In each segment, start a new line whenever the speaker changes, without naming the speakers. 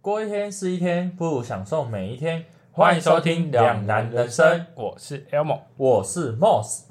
过一天是一天，不如享受每一天。
欢
欢
迎
迎
收
收
听
听
《
《
两
两
难
难
人
人
生
生》，
我是 Elmo。
我是 Moss。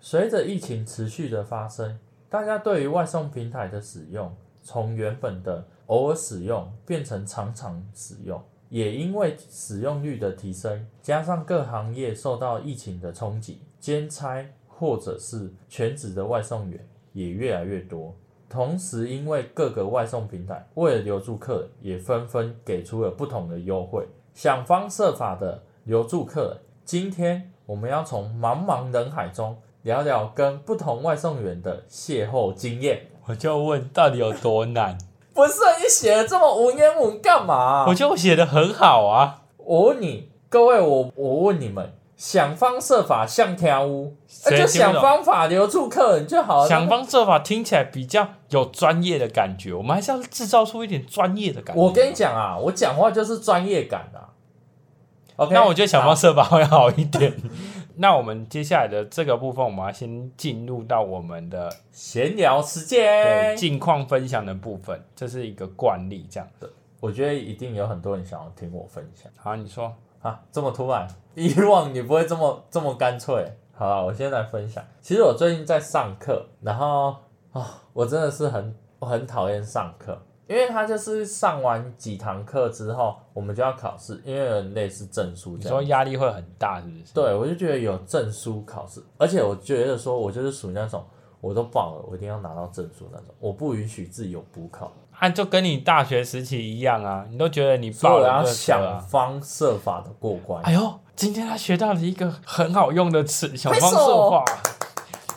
随着疫情持续的发生，大家对于外送平台的使用，从原本的偶尔使用变成常常使用，也因为使用率的提升，加上各行业受到疫情的冲击，兼差或者是全职的外送员也越来越多。同时，因为各个外送平台为了留住客人，也纷纷给出了不同的优惠，想方设法的留住客人。今天我们要从茫茫人海中聊聊跟不同外送员的邂逅经验。
我就问到底有多难？
不是你写的这么文言文干嘛、
我觉得我写的很好啊，
我问你，各位，我我问你们，想方设法像天屋，那
谁
就
听不
想
懂
方法留住客人就好了。
想方设法听起来比较有专业的感觉。我们还是要制造出一点专业的感觉。
我跟你讲啊，我讲话就是专业感啊。OK，
那我觉得想
好
方设法会好一点。 那我们接下来的这个部分，我们要先进入到我们的
闲聊时
对
间。
近况分享的部分，这是一个惯例，这样。
我觉得一定有很多人想要听我分享
好，你说，
啊，这么突然，以往你不会这么这么干脆。好啦我先来分享。其实我最近在上课，然后啊、我真的是很我很讨厌上课，因为他就是上完几堂课之后，我们就要考试，因为有点类似证书
你
这
说
样。
压力会很大，是不是？
对，我就觉得有证书考试，而且我觉得说，我就是属于那种我都报了，我一定要拿到证书那种，我不允许自己有补考。
啊，就跟你大学时期一样啊，你都觉得你
所以
报
我
了
要
这个课
想
啊。
方设法的过关。
哎呦，今天他学到了一个很好用的词，想
拍手
方设法，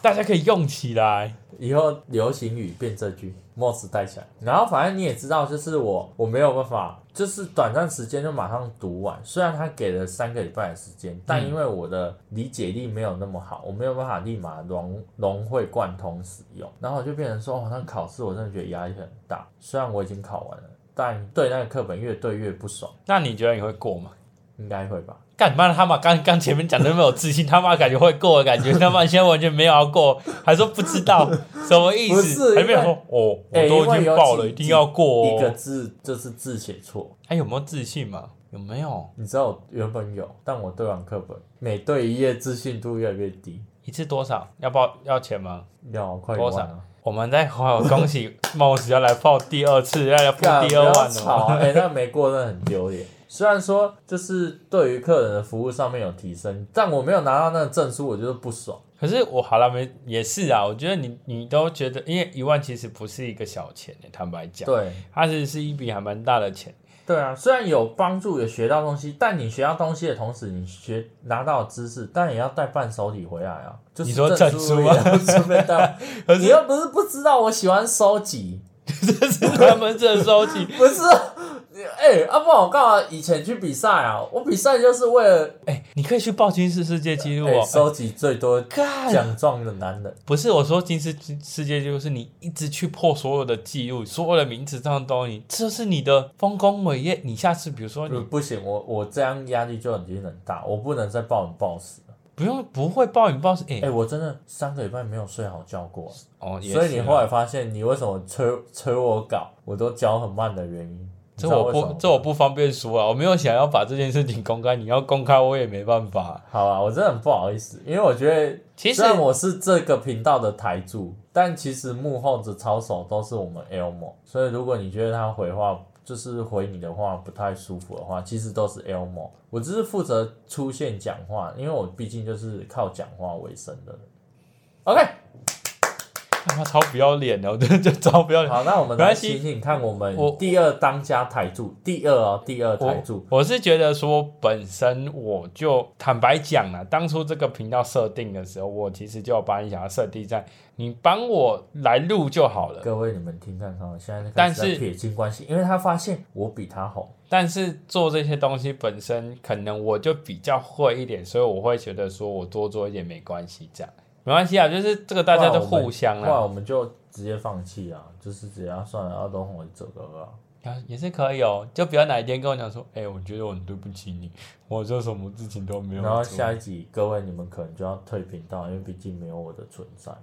大家可以用起来。
以后流行语变这句，mos 带起来。然后反正你也知道，就是我我没有办法，就是短暂时间就马上读完。虽然他给了三个礼拜的时间，但
嗯
因为我的理解力没有那么好，我没有办法立马融融会贯通使用。然后就变成说，哦，那考试我真的觉得压力很大。虽然我已经考完了，但对那个课本越对越不爽，
那你觉得你会过吗？
应该会吧？
干妈的他妈刚刚前面讲的那么有自信，他妈感觉会过的感觉，他妈现在完全没有要过，还说不知道什么意
不
思，
是
还没有
因为
说哦，我
哎
都
因为
已经
有
报
几
了，一定
几
要过
一个
哦。
字就是字写错，
还有没有自信嘛？有没有
你知道我原本有，但我对完课本，每对一页自信度越来越低，
一次多少？要报要钱吗？
要快
多
完
少
了。
我们在好恭喜 Moss 要来报第二次，要来
干
报第二
不要
万哦
吵
了。
啊，哎、那没过真的很丢脸。虽然说就是对于客人的服务上面有提升，但我没有拿到那个证书，我就是不爽。
可是我好了没也是啊，我觉得你你都觉得，因为一万其实不是一个小钱、欸、坦白讲，
对
它其实是一笔还蛮大的钱。
对啊，虽然有帮助，有学到东西，但你学到东西的同时，你学拿到的知识，但也要带伴手礼回来啊。就是
你说
证
证
书
书啊
也顺便 带
可
你
是
又不是不知道我喜欢收集，
这是他们这收集，
不是？哎、啊，不然我干嘛以前去比赛啊？我比赛就是为了、
哎、你可以去报金氏世界纪录
哎
哦。
收集最多
干
奖状的男人。
不是我说金氏世界纪录，是你一直去破所有的记录，所有的名字上都有你，这是你的丰功伟业。你下次比如哦说你
不不行，我我这样压力就已经很大，我不能再暴饮暴食了。
不用不会报你报是哎、
哎、我真的三个礼拜没有睡好觉过，
哦，也
所以
是
你
啊
后来发现你为什么催催我搞，我都教很慢的原因。你
这
知道
我
为什么
不
吗
这我不方便说啊，我没有想要把这件事情公开，你要公开我也没办法。
好啊，我真的很不好意思，因为我觉得
其实
虽然我是这个频道的台柱，但其实幕后的操手都是我们 Elmo，所以如果你觉得他回话就是回你的话不太舒服的话，其实都是 Elmo，我只是负责出现讲话，因为我毕竟就是靠讲话为生的人。OK，
他妈超不要脸的，我真的就超不要脸。
好，那我们
没
来
关系
醒醒看我们
我
第二当家台柱，第二哦，第二台
我
柱，
我是觉得说，本身我就坦白讲了，当初这个频道设定的时候，我其实就有把你想要设定在你帮我来录就好了。
各位你们听看看哦，现在
但
开始在
是
撇清关系，因为他发现我比他红。
但是做这些东西本身，可能我就比较会一点，所以我会觉得说我多做一点没关系，这样没关系啊，就是这个大家都互相
不
啦
然。我们就直接放弃啊，就是直接啊算了，要都红这个啊。
啊，也是可以哦，就不要哪一天跟我讲说，哎、我觉得我很对不起你，我做什么事情都没有
然后
做
下一集各位你们可能就要退频道，因为毕竟没有我的存在。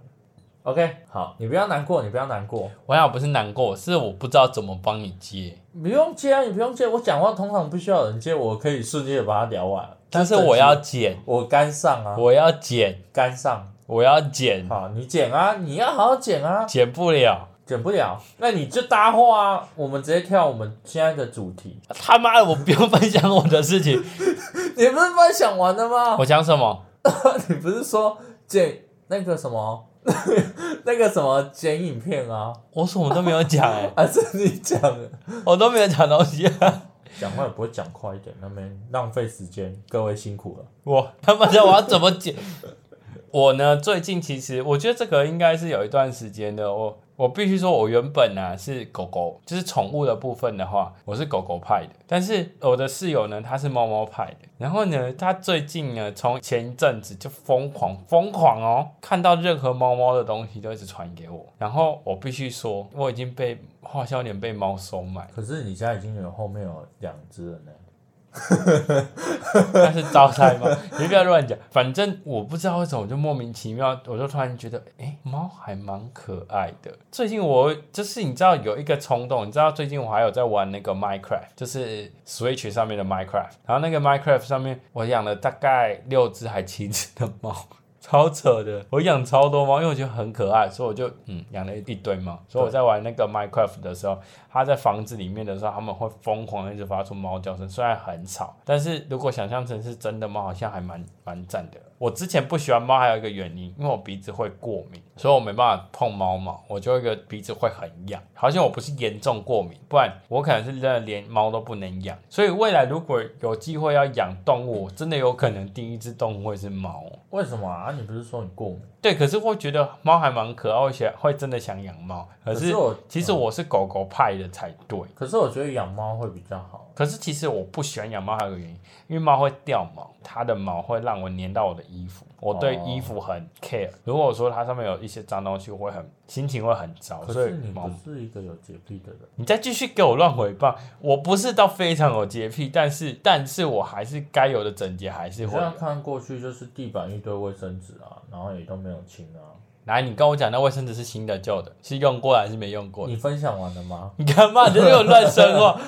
OK，好，你不要难过，你不要难过，
我想我不是难过，是我不知道怎么帮你接。
不用接啊，你不用接。我讲话通常不需要有人接，我可以瞬间把它聊完。
但是我要剪，
我干上啊，
我要剪，
干上。
我要剪，
好，你剪啊，你要好好剪啊，
剪不了。
剪不了，那你就搭话啊。我们直接跳我们现在的主题。
他妈的，我不用分享我的事情。
你不是分享完了吗？
我讲什么？
你不是说剪那个什么， 那个什么剪影片啊？
我什么都没有讲哎、
还是你讲的？
我都没有讲东西、啊。
讲话也不会讲快一点，那边浪费时间，各位辛苦了。
我他妈的，我要怎么剪？ 我呢，最近其实我觉得这个应该是有一段时间的。我我必须说，我原本啊是狗狗，就是宠物的部分的话，我是狗狗派的。但是呃我的室友呢，他是猫猫派的。然后呢，他最近呢，从前一阵子就疯狂疯狂哦，看到任何猫猫的东西都一直传给我。然后我必须说，我已经被画笑脸被猫收买，
可是你家已经有后面有两只了呢，
那是招财吗？ 你不要乱讲。反正我不知道为什么，我就莫名其妙，我就突然觉得，哎、猫还蛮可爱的。最近我就是你知道有一个冲动，你知道最近我还有在玩那个 Minecraft，就是 Switch 上面的 Minecraft。然后那个 Minecraft 上面我养了大概六只还七只的猫。超扯的，我养超多猫，因为我觉得很可爱，所以我就嗯养了一堆猫。所以我在玩那个 Minecraft 的时候，它在房子里面的时候，它们会疯狂地一直发出猫叫声，虽然很吵，但是如果想象成是真的猫，好像还蛮蛮赞的。我之前不喜欢猫还有一个原因，因为我鼻子会过敏，所以我没办法碰猫毛，我就一个鼻子会很痒。好像我不是严重过敏，不然我可能是真的连猫都不能养。所以未来如果有机会要养动物，我真的有可能第一只动物会是猫哦。
为什么啊？啊你不是说你过敏？
对，可是会觉得猫还蛮可爱，会想会真的想养猫。可
可
是
是我
其实我是狗狗派的才对。
可是我觉得养猫会比较好。
可是其实我不喜欢养猫，还有一个原因，因为猫会掉毛，它的毛会让我粘到我的衣服，我对
哦
衣服很 care。如果说它上面有一些脏东西，我会很心情会很糟，
可
所以
是你
毛
不是一个有洁癖的人，
你再继续给我乱回谤，我不是到非常有洁癖，但是但是我还是该有的整洁还是
你
会
这
有
样。看过去就是地板一堆卫生纸啊，然后也都没有清啊。
来，你跟我讲那卫生纸是新的旧的，是用过还是没用过的？
你分享完了吗？
你干嘛？你这又乱生话。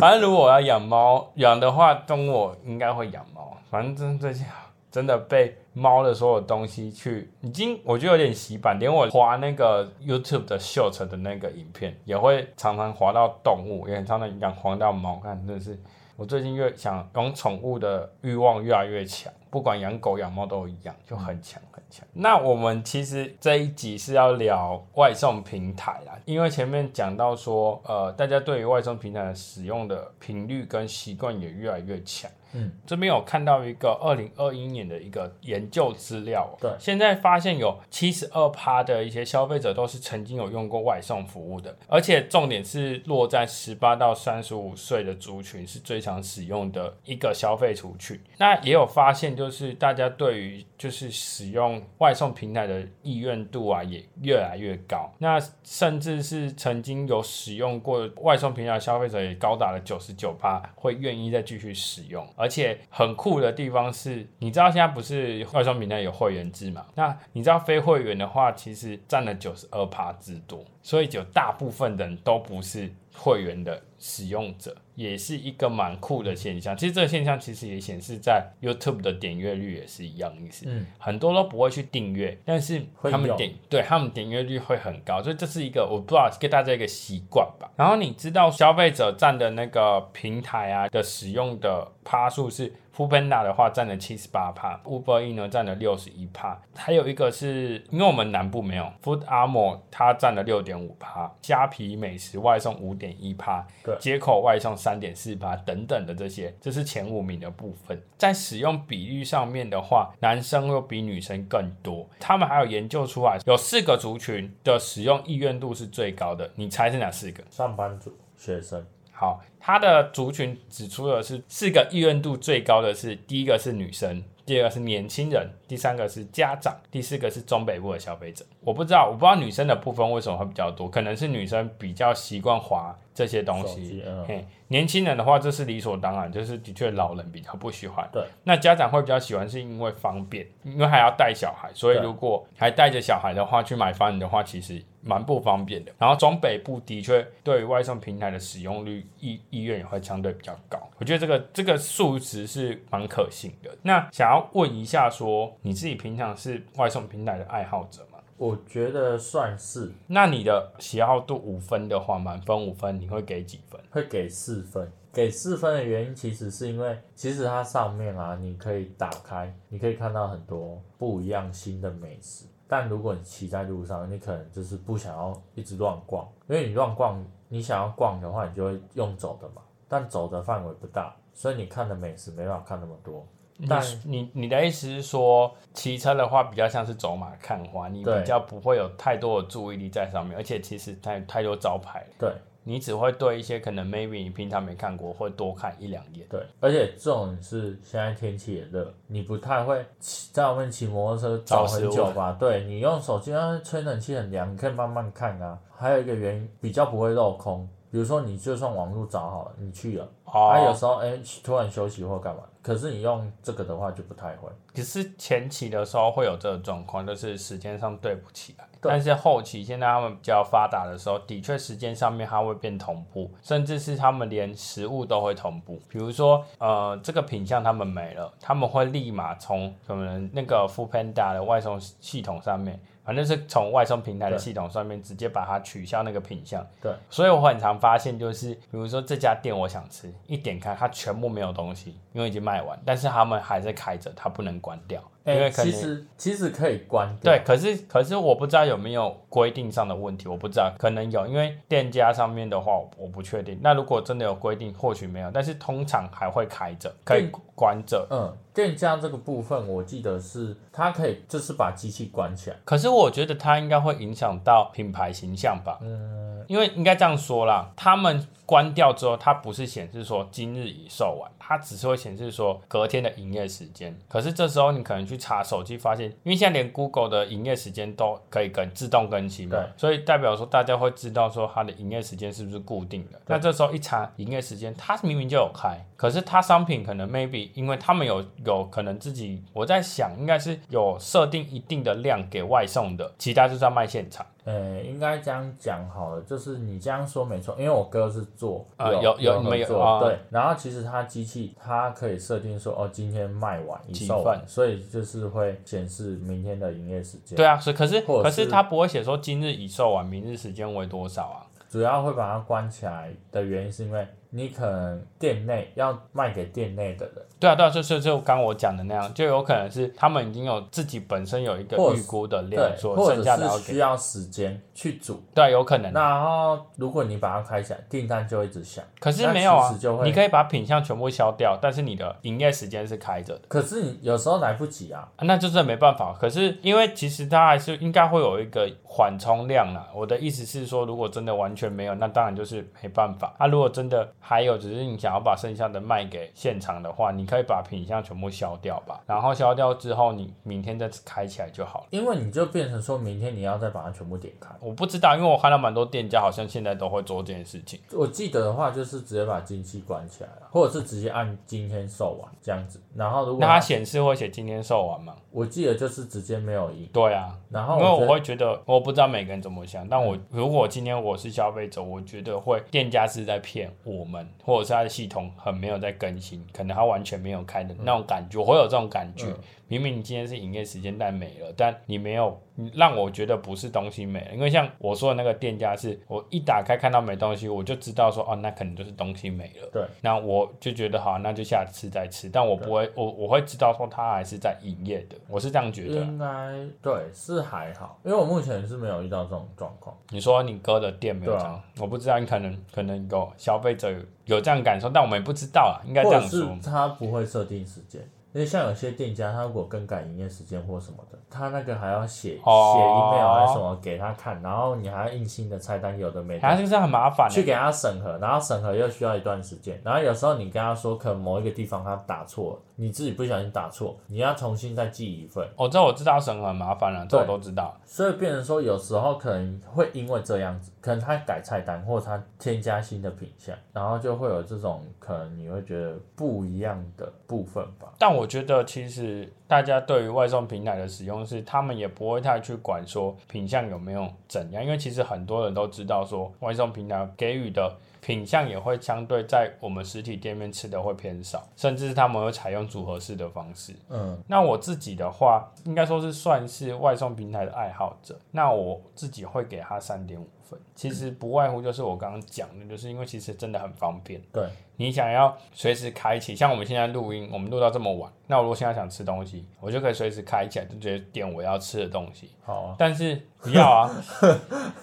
反正如果我要养猫养的话，动物我应该会养猫。反正真最近真的被猫的所有东西去，已经我觉得有点洗版，连我滑那个 YouTube 的 Short 的那个影片，也会常常滑到动物，也很常常养滑到猫，看真的是。我最近越想养宠物的欲望越来越强，不管养狗养猫都一样，就很强很强。那我们其实这一集是要聊外送平台啦，因为前面讲到说，呃，大家对于外送平台的使用的频率跟习惯也越来越强。
嗯，
这边有看到一个二零二一年的一个研究资料哦，
对
现在发现有七十二趴的一些消费者都是曾经有用过外送服务的，而且重点是落在十八到三十五岁的族群是最常使用的一个消费族群。那也有发现，就是大家对于就是使用外送平台的意愿度啊，也越来越高。那甚至是曾经有使用过外送平台的消费者，也高达了九十九趴，会愿意再继续使用。而且很酷的地方是，你知道现在不是外送平台有会员制嘛？那你知道非会员的话，其实占了九十二趴之多，所以有大部分人都不是会员的使用者，也是一个蛮酷的现象。其实这个现象其实也显示在 YouTube 的点阅率也是一样意思。
嗯，
很多都不会去订阅，但是
会
他们
用
点对他们点阅率会很高，所以这是一个我不知道给大家一个习惯吧。然后你知道消费者占的那个平台啊的使用的趴数是 f o o p a n d a 的话占了七十八趴，Uber E 呢占了六十一趴，还有一个是因为我们南部没有 Food Armor，它占了六点五趴，虾皮美食外送五点一趴，
对
接口外送三点四八等等的这些，这是前五名的部分。在使用比率上面的话，男生又比女生更多。他们还有研究出来，有四个族群的使用意愿度是最高的。你猜是哪四个？
上班族、学生，
好，它的族群指出的是四个意愿度最高的是第一个是女生，第二个是年轻人，第三个是家长，第四个是中北部的消费者。我不知道，我不知道女生的部分为什么会比较多，可能是女生比较习惯滑这些东
手
西
机。嗯
嘿，年轻人的话，这是理所当然，就是的确老人比较不喜欢。
对，
那家长会比较喜欢，是因为方便，因为还要带小孩，所以
对
如果还带着小孩的话去买房子的话，其实蛮不方便的。然后中北部的确对于外送平台的使用率意意愿也会相对比较高，我觉得这个这个数值是蛮可信的。那想要问一下说你自己平常是外送平台的爱好者吗？
我觉得算是
那你的喜好度五分的话，满分五分，你会给几分？
会给四分。给四分的原因，其实是因为其实它上面啊，你可以打开，你可以看到很多不一样新的美食。但如果你骑在路上，你可能就是不想要一直乱逛，因为你乱逛，你想要逛的话，你就会用走的嘛。但走的范围不大，所以你看的美食没办法看那么多。但
你你你的意思是说，骑车的话比较像是走马看花，你
对
比较不会有太多的注意力在上面，而且其实太太多招牌了，
对
你只会对一些可能 maybe 你平常没看过，会多看一两眼。
对，而且这种是现在天气也热，你不太会骑在外面骑摩托车
找
找
食
很
物
久吧？对你用手机，它吹冷气很凉，你可以慢慢看啊。还有一个原因比较不会漏空，比如说你就算网络找好了，你去了，它、有
哦，
时候哎、突然休息或干嘛，可是你用这个的话就不太会。
可是前期的时候会有这个状况，就是时间上对不起来。
对
但是后期现在他们比较发达的时候，的确时间上面它会变同步，甚至是他们连食物都会同步。比如说，呃，这个品相他们没了，他们会立马从可能那个 f o o Panda 的外送系统上面，反正是从外送平台的
对
系统上面直接把它取消那个品相。
对，
所以我很常发现，就是比如说这家店我想吃，一点开它全部没有东西，因为已经卖完，但是他们还在开着，它不能关掉，
哎、
因为可
其
能。
实其实可以关掉。
对，可是可是我不知道有没有规定上的问题，我不知道，可能有，因为店家上面的话，我我不确定。那如果真的有规定，或许没有，但是通常还会开着，可以
对
关着。
嗯，店家这个部分我记得是它可以就是把机器关起来。
可是我觉得它应该会影响到品牌形象吧，
嗯，
因为应该这样说啦，他们关掉之后，它不是显示说今日已售完，它只是会显示说隔天的营业时间。可是这时候你可能去查手机，发现因为现在连 Google 的营业时间都可以更自动更新嘛
对，
所以代表说大家会知道说它的营业时间是不是固定的。那这时候一查营业时间，它明明就有开，可是它商品可能 maybe 因为他们有有可能自己，我在想应该是有设定一定的量给外送的，其他就是要卖现场。
呃，应该这样讲好了，就是你这样说没错，因为我哥是做，
呃有有
有
你们有
做、
啊
对，然后其实他机器它可以设定说，哦，今天卖完已
几
售完，
份
所以就是会显示明天的营业时间，
对，啊，是可是
或者
可是
是
他不会写说今日已售完，明日时间为多少啊？
主要会把它关起来的原因是因为你可能店内要卖给店内的人，
对啊，对啊，就就就刚我讲的那样，就有可能是他们已经有自己本身有一个
或
预
是
估的量，
对，
说
或
剩下的
者
要
是需
给，嗯
要时间去煮，
对，啊有可能。
然后如果你把它开起来，订单就会一直响，
可是
那
没有啊
其实就，会
你可以把品相全部消掉，但是你的营业时间是开着的。
可是你有时候来不及啊，
啊那就是没办法。可是因为其实它还是应该会有一个缓冲量啦。我的意思是说，如果真的完全没有，那当然就是没办法。那、如果真的还有，只是你想要把剩下的卖给现场的话，你可以把品相全部消掉吧。然后消掉之后，你明天再开起来就好了。
因为你就变成说明天你要再把它全部点开。
我不知道，因为我看到蛮多店家好像现在都会做这件事情。
我记得的话，就是直接把机器关起来了，或者是直接按今天售完这样子。然后如果
那它
它
显示会写今天售完吗？
我记得就是直接没有赢，
对啊，
然
因
后
为
我
我
觉得
会觉得，我不知道每个人怎么想，但我如果今天我是消费者，我觉得会店家是在骗我们，或者是他的系统很没有在更新，可能他完全没有开
嗯
的那种感觉，我会有这种感觉。明明你今天是营业时间但没了，但你没有你让我觉得不是东西没了，因为像我说的那个店家是，我一打开看到没东西，我就知道说哦，那可能就是东西没了。
对，
那我就觉得好，那就下次再吃，但我不会，我我会知道说他还是在营业的，我是这样觉得啊。
应该对是还好，因为我目前是没有遇到这种状况。
你说你哥的店没有
对啊
这样，我不知道，你可能可能有消费者有有这样感受，但我们也不知道啊，应该这
或者
样
是
说。
它不会设定时间，因为像有些店家，他如果更改营业时间或什么的，他那个还要写写
哦
email 还是什么给他看，然后你还要印新的菜单，有的没
还有
的，
就是很麻烦欸，
去给他审核，然后审核又需要一段时间，然后有时候你跟他说可能某一个地方他打错了，你自己不小心打错，你要重新再记一份，
哦，这我知道审核很麻烦啊了，这我都知道。
所以变成说有时候可能会因为这样子，可能他改菜单或他添加新的品项，然后就会有这种可能你会觉得不一样的部分吧。
但我觉得其实大家对于外送平台的使用是，他们也不会太去管说品相有没有怎样，因为其实很多人都知道说外送平台给予的品相也会相对在我们实体店面吃的会偏少，甚至是他们会采用组合式的方式。
嗯，
那我自己的话，应该说是算是外送平台的爱好者。那我自己会给他三点五分，其实不外乎就是我刚刚讲的，就是因为其实真的很方便。
对，
你想要随时开启，像我们现在录音，我们录到这么晚，那我如果现在想吃东西，我就可以随时开起来，就直接点我要吃的东西。
好啊，
但是不 要啊！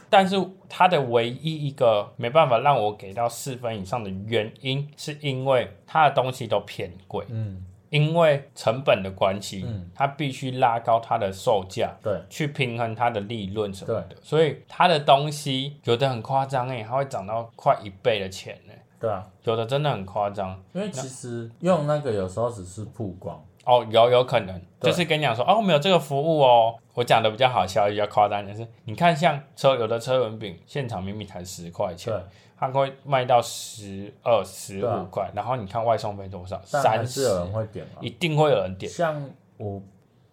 但是它的唯一一个没办法让我给到四分以上的原因，是因为它的东西都偏贵，
嗯，
因为成本的关系，
嗯
它必须拉高它的售价，
对，
去平衡它的利润什么的。所以它的东西有的很夸张哎，它会涨到快一倍的钱呢、
对啊，
有的真的很夸张。
因为其实用那个有时候只是曝光，
哦，有有可能，
对
就是跟你讲说，哦，我们有这个服务哦。我讲的比较好笑，比较夸张，就是你看像车有的车轮饼，现场明明才十块钱，
对，
它会卖到十二、十
对
五
啊
块，然后你看外送费多少，
但还
三
是
十，
有人会点啊。
一定会有人点，
像我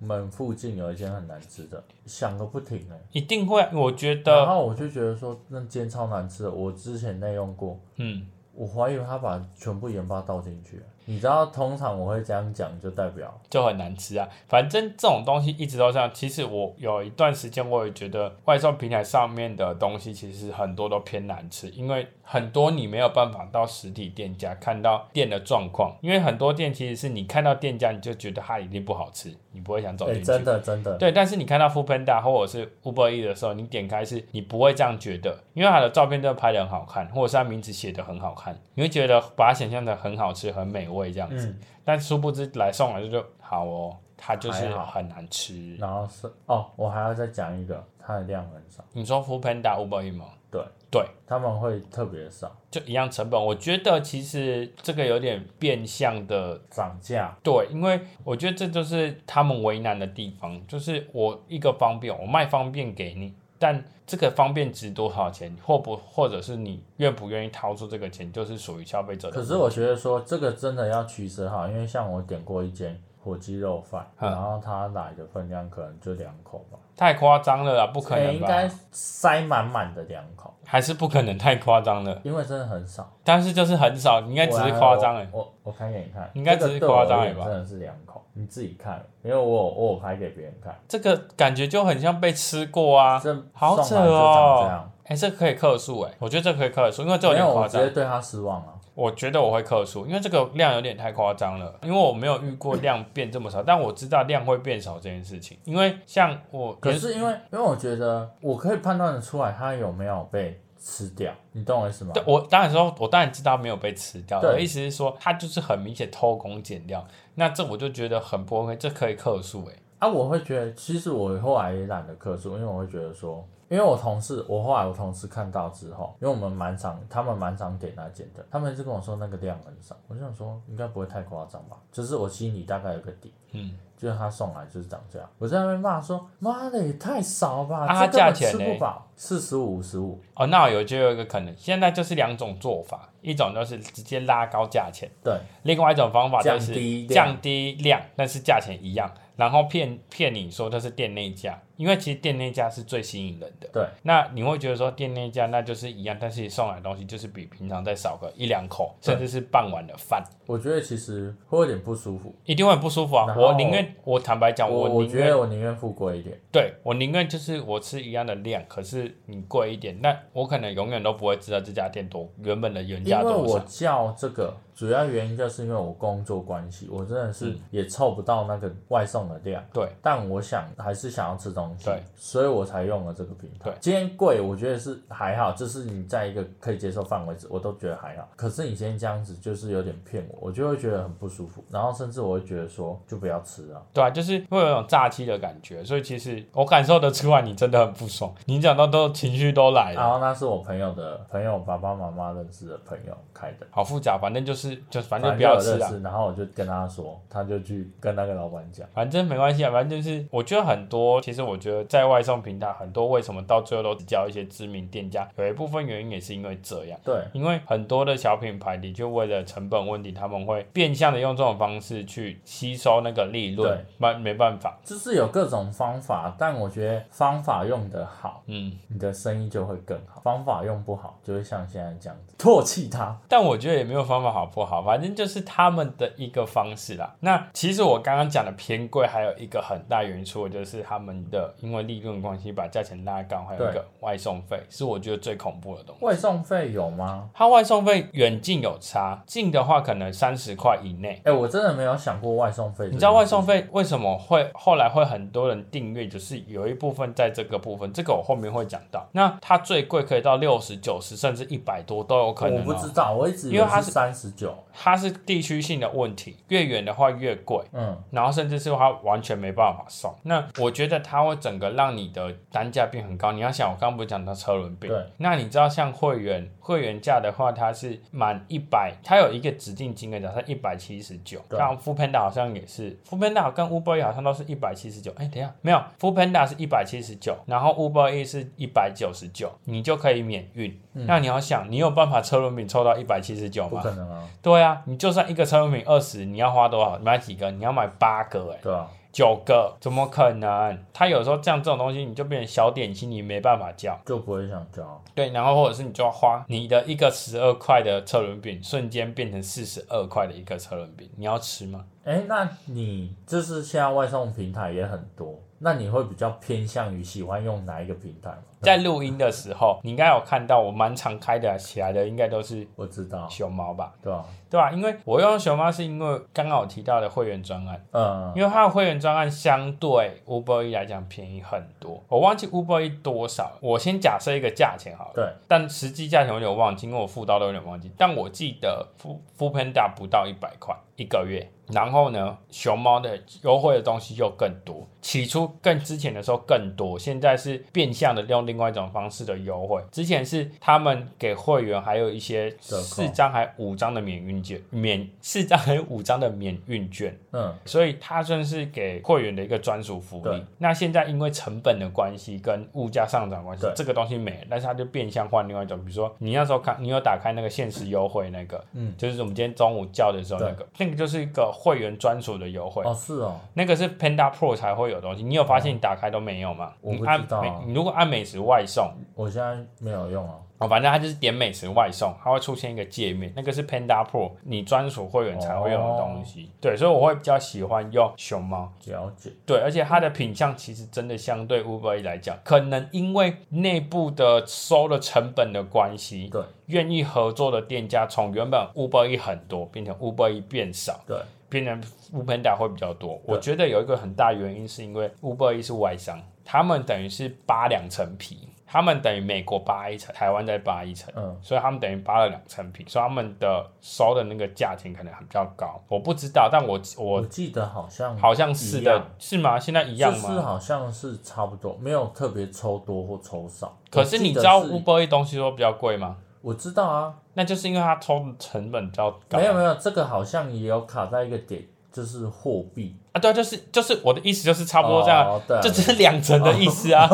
们附近有一间很难吃的，想个不停哎、
一定会。我觉
然
得，
后我就觉得说那间超难吃的，我之前内用过，
嗯，
我怀疑他把全部盐巴倒进去。你知道，通常我会这样讲，就代表
就很难吃啊。反正这种东西一直都这样。其实我有一段时间，我也觉得外送平台上面的东西其实很多都偏难吃，因为很多你没有办法到实体店家看到店的状况，因为很多店其实是你看到店家你就觉得它一定不好吃，你不会想走
哎、
进去。
真的真的，
对，但是你看到 f o o Panda 或者是 Uber E 的时候，你点开是你不会这样觉得，因为它的照片真的拍得很好看，或者是它名字写得很好看，你会觉得把它想象的很好吃、很美味这样子。
嗯
但殊不知来送来就就好哦，它就是
还好
很难吃。
然后是哦，我还要再讲一个，它的量很少，
你说 f o o Panda、Uber E 吗？
对
对，
他们会特别少，
就一样成本。我觉得其实这个有点变相的
涨价，
对，因为我觉得这就是他们为难的地方，就是我一个方便，我卖方便给你，但这个方便值多少钱，或不或者是你愿不愿意掏出这个钱，就是属于消费者的
可
问题。
是我觉得说这个真的要取舍好，因为像我点过一间火鸡肉饭，
嗯
然后它来的分量可能就两口吧，
太夸张了啦，啊
不
不可能
哎应
吧？
该塞满满的两口，
还是不可能太夸张了，
因为真的很少，
但是就是很少，应该只
哦
是夸张哎。
我我我拍给你看，
应该只是
这个对我而
夸张而已
言
吧
真的是两口，你自己看，因为我有我有拍给别人看，
这个感觉就很像被吃过啊！
这
好扯
送来就长这
哦
样，！
哎、这个可以克数哎、我觉得这个可以克数，因为这有
没
点
有
夸
我直
张
接。对他失望啊了，
我觉得我会克数，因为这个量有点太夸张了。因为我没有遇过量变这么少，但我知道量会变少这件事情。因为像我，
可是因为因为我觉得我可以判断得出来他有没有被吃掉，你懂我意思吗？
对我当然说，我当然知道没有被吃掉。
对
我的意思是说，它就是很明显偷工减料，那这我就觉得很不 OK，这可以克数诶、
啊，我会觉得，其实我后来也懒得克数，因为我会觉得说，因为我同事，我后来我同事看到之后，因为我们蛮常，他们蛮常点那间的，他们是跟我说那个量很少，我就想说应该不会太夸张吧，就是我心里大概有个底，
嗯，
就是他送来就是涨价，我在那边骂说，妈的也太少吧，
啊
这根
价
本
钱
吃
嘞
不饱，四十五五十五，
哦，那有就有一个可能，现在就是两种做法，一种就是直接拉高价钱，
对
另外一种方法就
降
是
低量
降低量，但是价钱一样，然后骗骗你说这是店内价，因为其实店内价是最吸引人的。
对，
那你会觉得说店内价那就是一样，但是送来的东西就是比平常再少个一两口，
对
甚至是半碗的饭，
我觉得其实会有点不舒服，
一定会很不舒服啊！
然后
我宁愿我坦白讲，
我
宁
觉得
愿
我宁愿富贵一点，
对我宁愿就是我吃一样的量，可是你贵一点，那我可能永远都不会知道这家店多原本的原
因
价
为
多
我
少。
叫这个主要原因就是因为我工作关系，我真的是
嗯
也凑不到那个外送的量，
对，
但我想还是想要吃东西
对，
所以我才用了这个品平台
对。
今天贵，我觉得是还好，就是你在一个可以接受范围之，我都觉得还好。可是你今天这样子，就是有点骗我，我就会觉得很不舒服，然后甚至我会觉得说，就不要吃啊。
对啊，就是会有一种诈欺的感觉，所以其实我感受得出来，你真的很不爽，你讲到都情绪都来了。
然后那是我朋友的朋友爸爸妈妈认识的朋友开的，
好复杂，反正就是就反正
反
就
正
不要
有
吃
认
啊，
识，然后我就跟他说，他就去跟那个老板讲。
反正没关系啊，反正就是我觉得很多，其实我觉得在外送平台很多为什么到最后都只叫一些知名店家，有一部分原因也是因为这样。
对，
因为很多的小品牌的确为了成本问题，他们会变相的用这种方式去吸收那个利润
对，
没没办法，
就是有各种方法，但我觉得方法用得好，
嗯。
你的生意就会更好；方法用不好，就会像现在这样子唾弃它。
但我觉得也没有方法好不好，反正就是他们的一个方式啦。那其实我刚刚讲的偏贵，还有一个很大原因素就是他们的因为利润关系把价钱拉高，还有一个外送费是我觉得最恐怖的东西。
外送费有吗？
它外送费远近有差，近的话可能三十块以内。
哎、我真的没有想过外送费。
你知道外送？费为什么会后来会很多人订阅，就是有一部分在这个部分，这个我后面会讲到。那它最贵可以到六十、九十，甚至一百多都有可能、
我
哦。
不知道，我一直以
因为
为
它
是三十九。
它是地区性的问题，越远的话越贵，
嗯，
然后甚至是它完全没办法送。那我觉得它会整个让你的单价变很高。你要想，我刚刚不是讲到车轮饼？
对。
那你知道像会员会员价的话，它是满一百，它有一个指定金额，假设一百七十九。
对
像 f o o Panda 好像也是 f o o Panda 跟 Uber E 好像都是一百七十九。哎，等一下，没有 f o o Panda 是一百七十九，然后 Uber E 是一百九十九，你就可以免运。
嗯
那你要想，你有办法车轮饼凑到一百七十九
不
吗？
可能啊，
对啊，你就算一个车轮饼二十，你要花多少？你买几个？你要买八个哎、
对啊，
九个，怎么可能？他有时候这样这种东西，你就变成小点心，你没办法叫。
就不会想交。
对，然后或者是你就要花你的一个十二块的车轮饼，瞬间变成四十二块的一个车轮饼，你要吃吗？
哎、那你就是现在外送平台也很多，那你会比较偏向于喜欢用哪一个平台吗？
在录音的时候，你应该有看到我蛮常开的起来的，应该都是
我知道，
熊猫吧？
对啊，
对吧、因为我用熊猫是因为刚刚我提到的会员专案。
嗯，
因为它的会员专案相对 Uber E 来讲便宜很多，我忘记 Uber E 多少了，我先假设一个价钱好了，
对，
但实际价钱我有点忘记，因为我付到都有点忘记，但我记得 f o o Panda 不到一百块一个月，然后呢，熊猫的优惠的东西又更多，起初更之前的时候更多，现在是变相的用另外一种方式的优惠，之前是他们给会员还有一些
折扣
四张还五张的免运券，免四张还有五张的免运券。
嗯，
所以它算是给会员的一个专属福利
对。
那现在因为成本的关系跟物价上涨的关系
对，
这个东西没了，但是它就变相换另外一种，比如说你那时候看，你有打开那个限时优惠那个，
嗯，
就是我们今天中午叫的时候那个，那个就是一个会员专属的优惠。
哦，是哦，
那个是 Panda Pro 才会有的东西，你有发现你打开都没有吗？
我不
你按
知道啊
美你如果按美食外送，
我现在没有用啊。
哦，反正它就是点美食外送，它会出现一个界面，那个是 Panda Pro 你专属会员才会用的东西。
哦
对，所以我会比较喜欢用熊猫。
了解，
对，而且它的品相其实真的相对 Uber E 来讲，可能因为内部的收的成本的关系，
对
愿意合作的店家从原本 Uber E 很多变成 Uber E 变少，
对，
变成 Uber 会比较多。
对
我觉得有一个很大原因是因为 Uber E 是外商，他们等于是扒两层皮，他们等于美国扒一层，台湾再扒一层。
嗯，
所以他们等于扒了两层皮，所以他们的收的那个价钱可能很比较高，我不知道，但我
我
我
记得好像
好像是
嗯一
的
样，
是吗？现在一样
就是
吗？
好像是差不多，没有特别抽多或抽少。
可是你知道 Uber E 东西都比较贵吗？
我知道啊，
那就是因为它抽的成本比较高。
没有没有，这个好像也有卡在一个点，就是货币，
啊，对啊，就是就是我的意思就是差不多这样，
哦对啊哦
这只是两层的意思啊，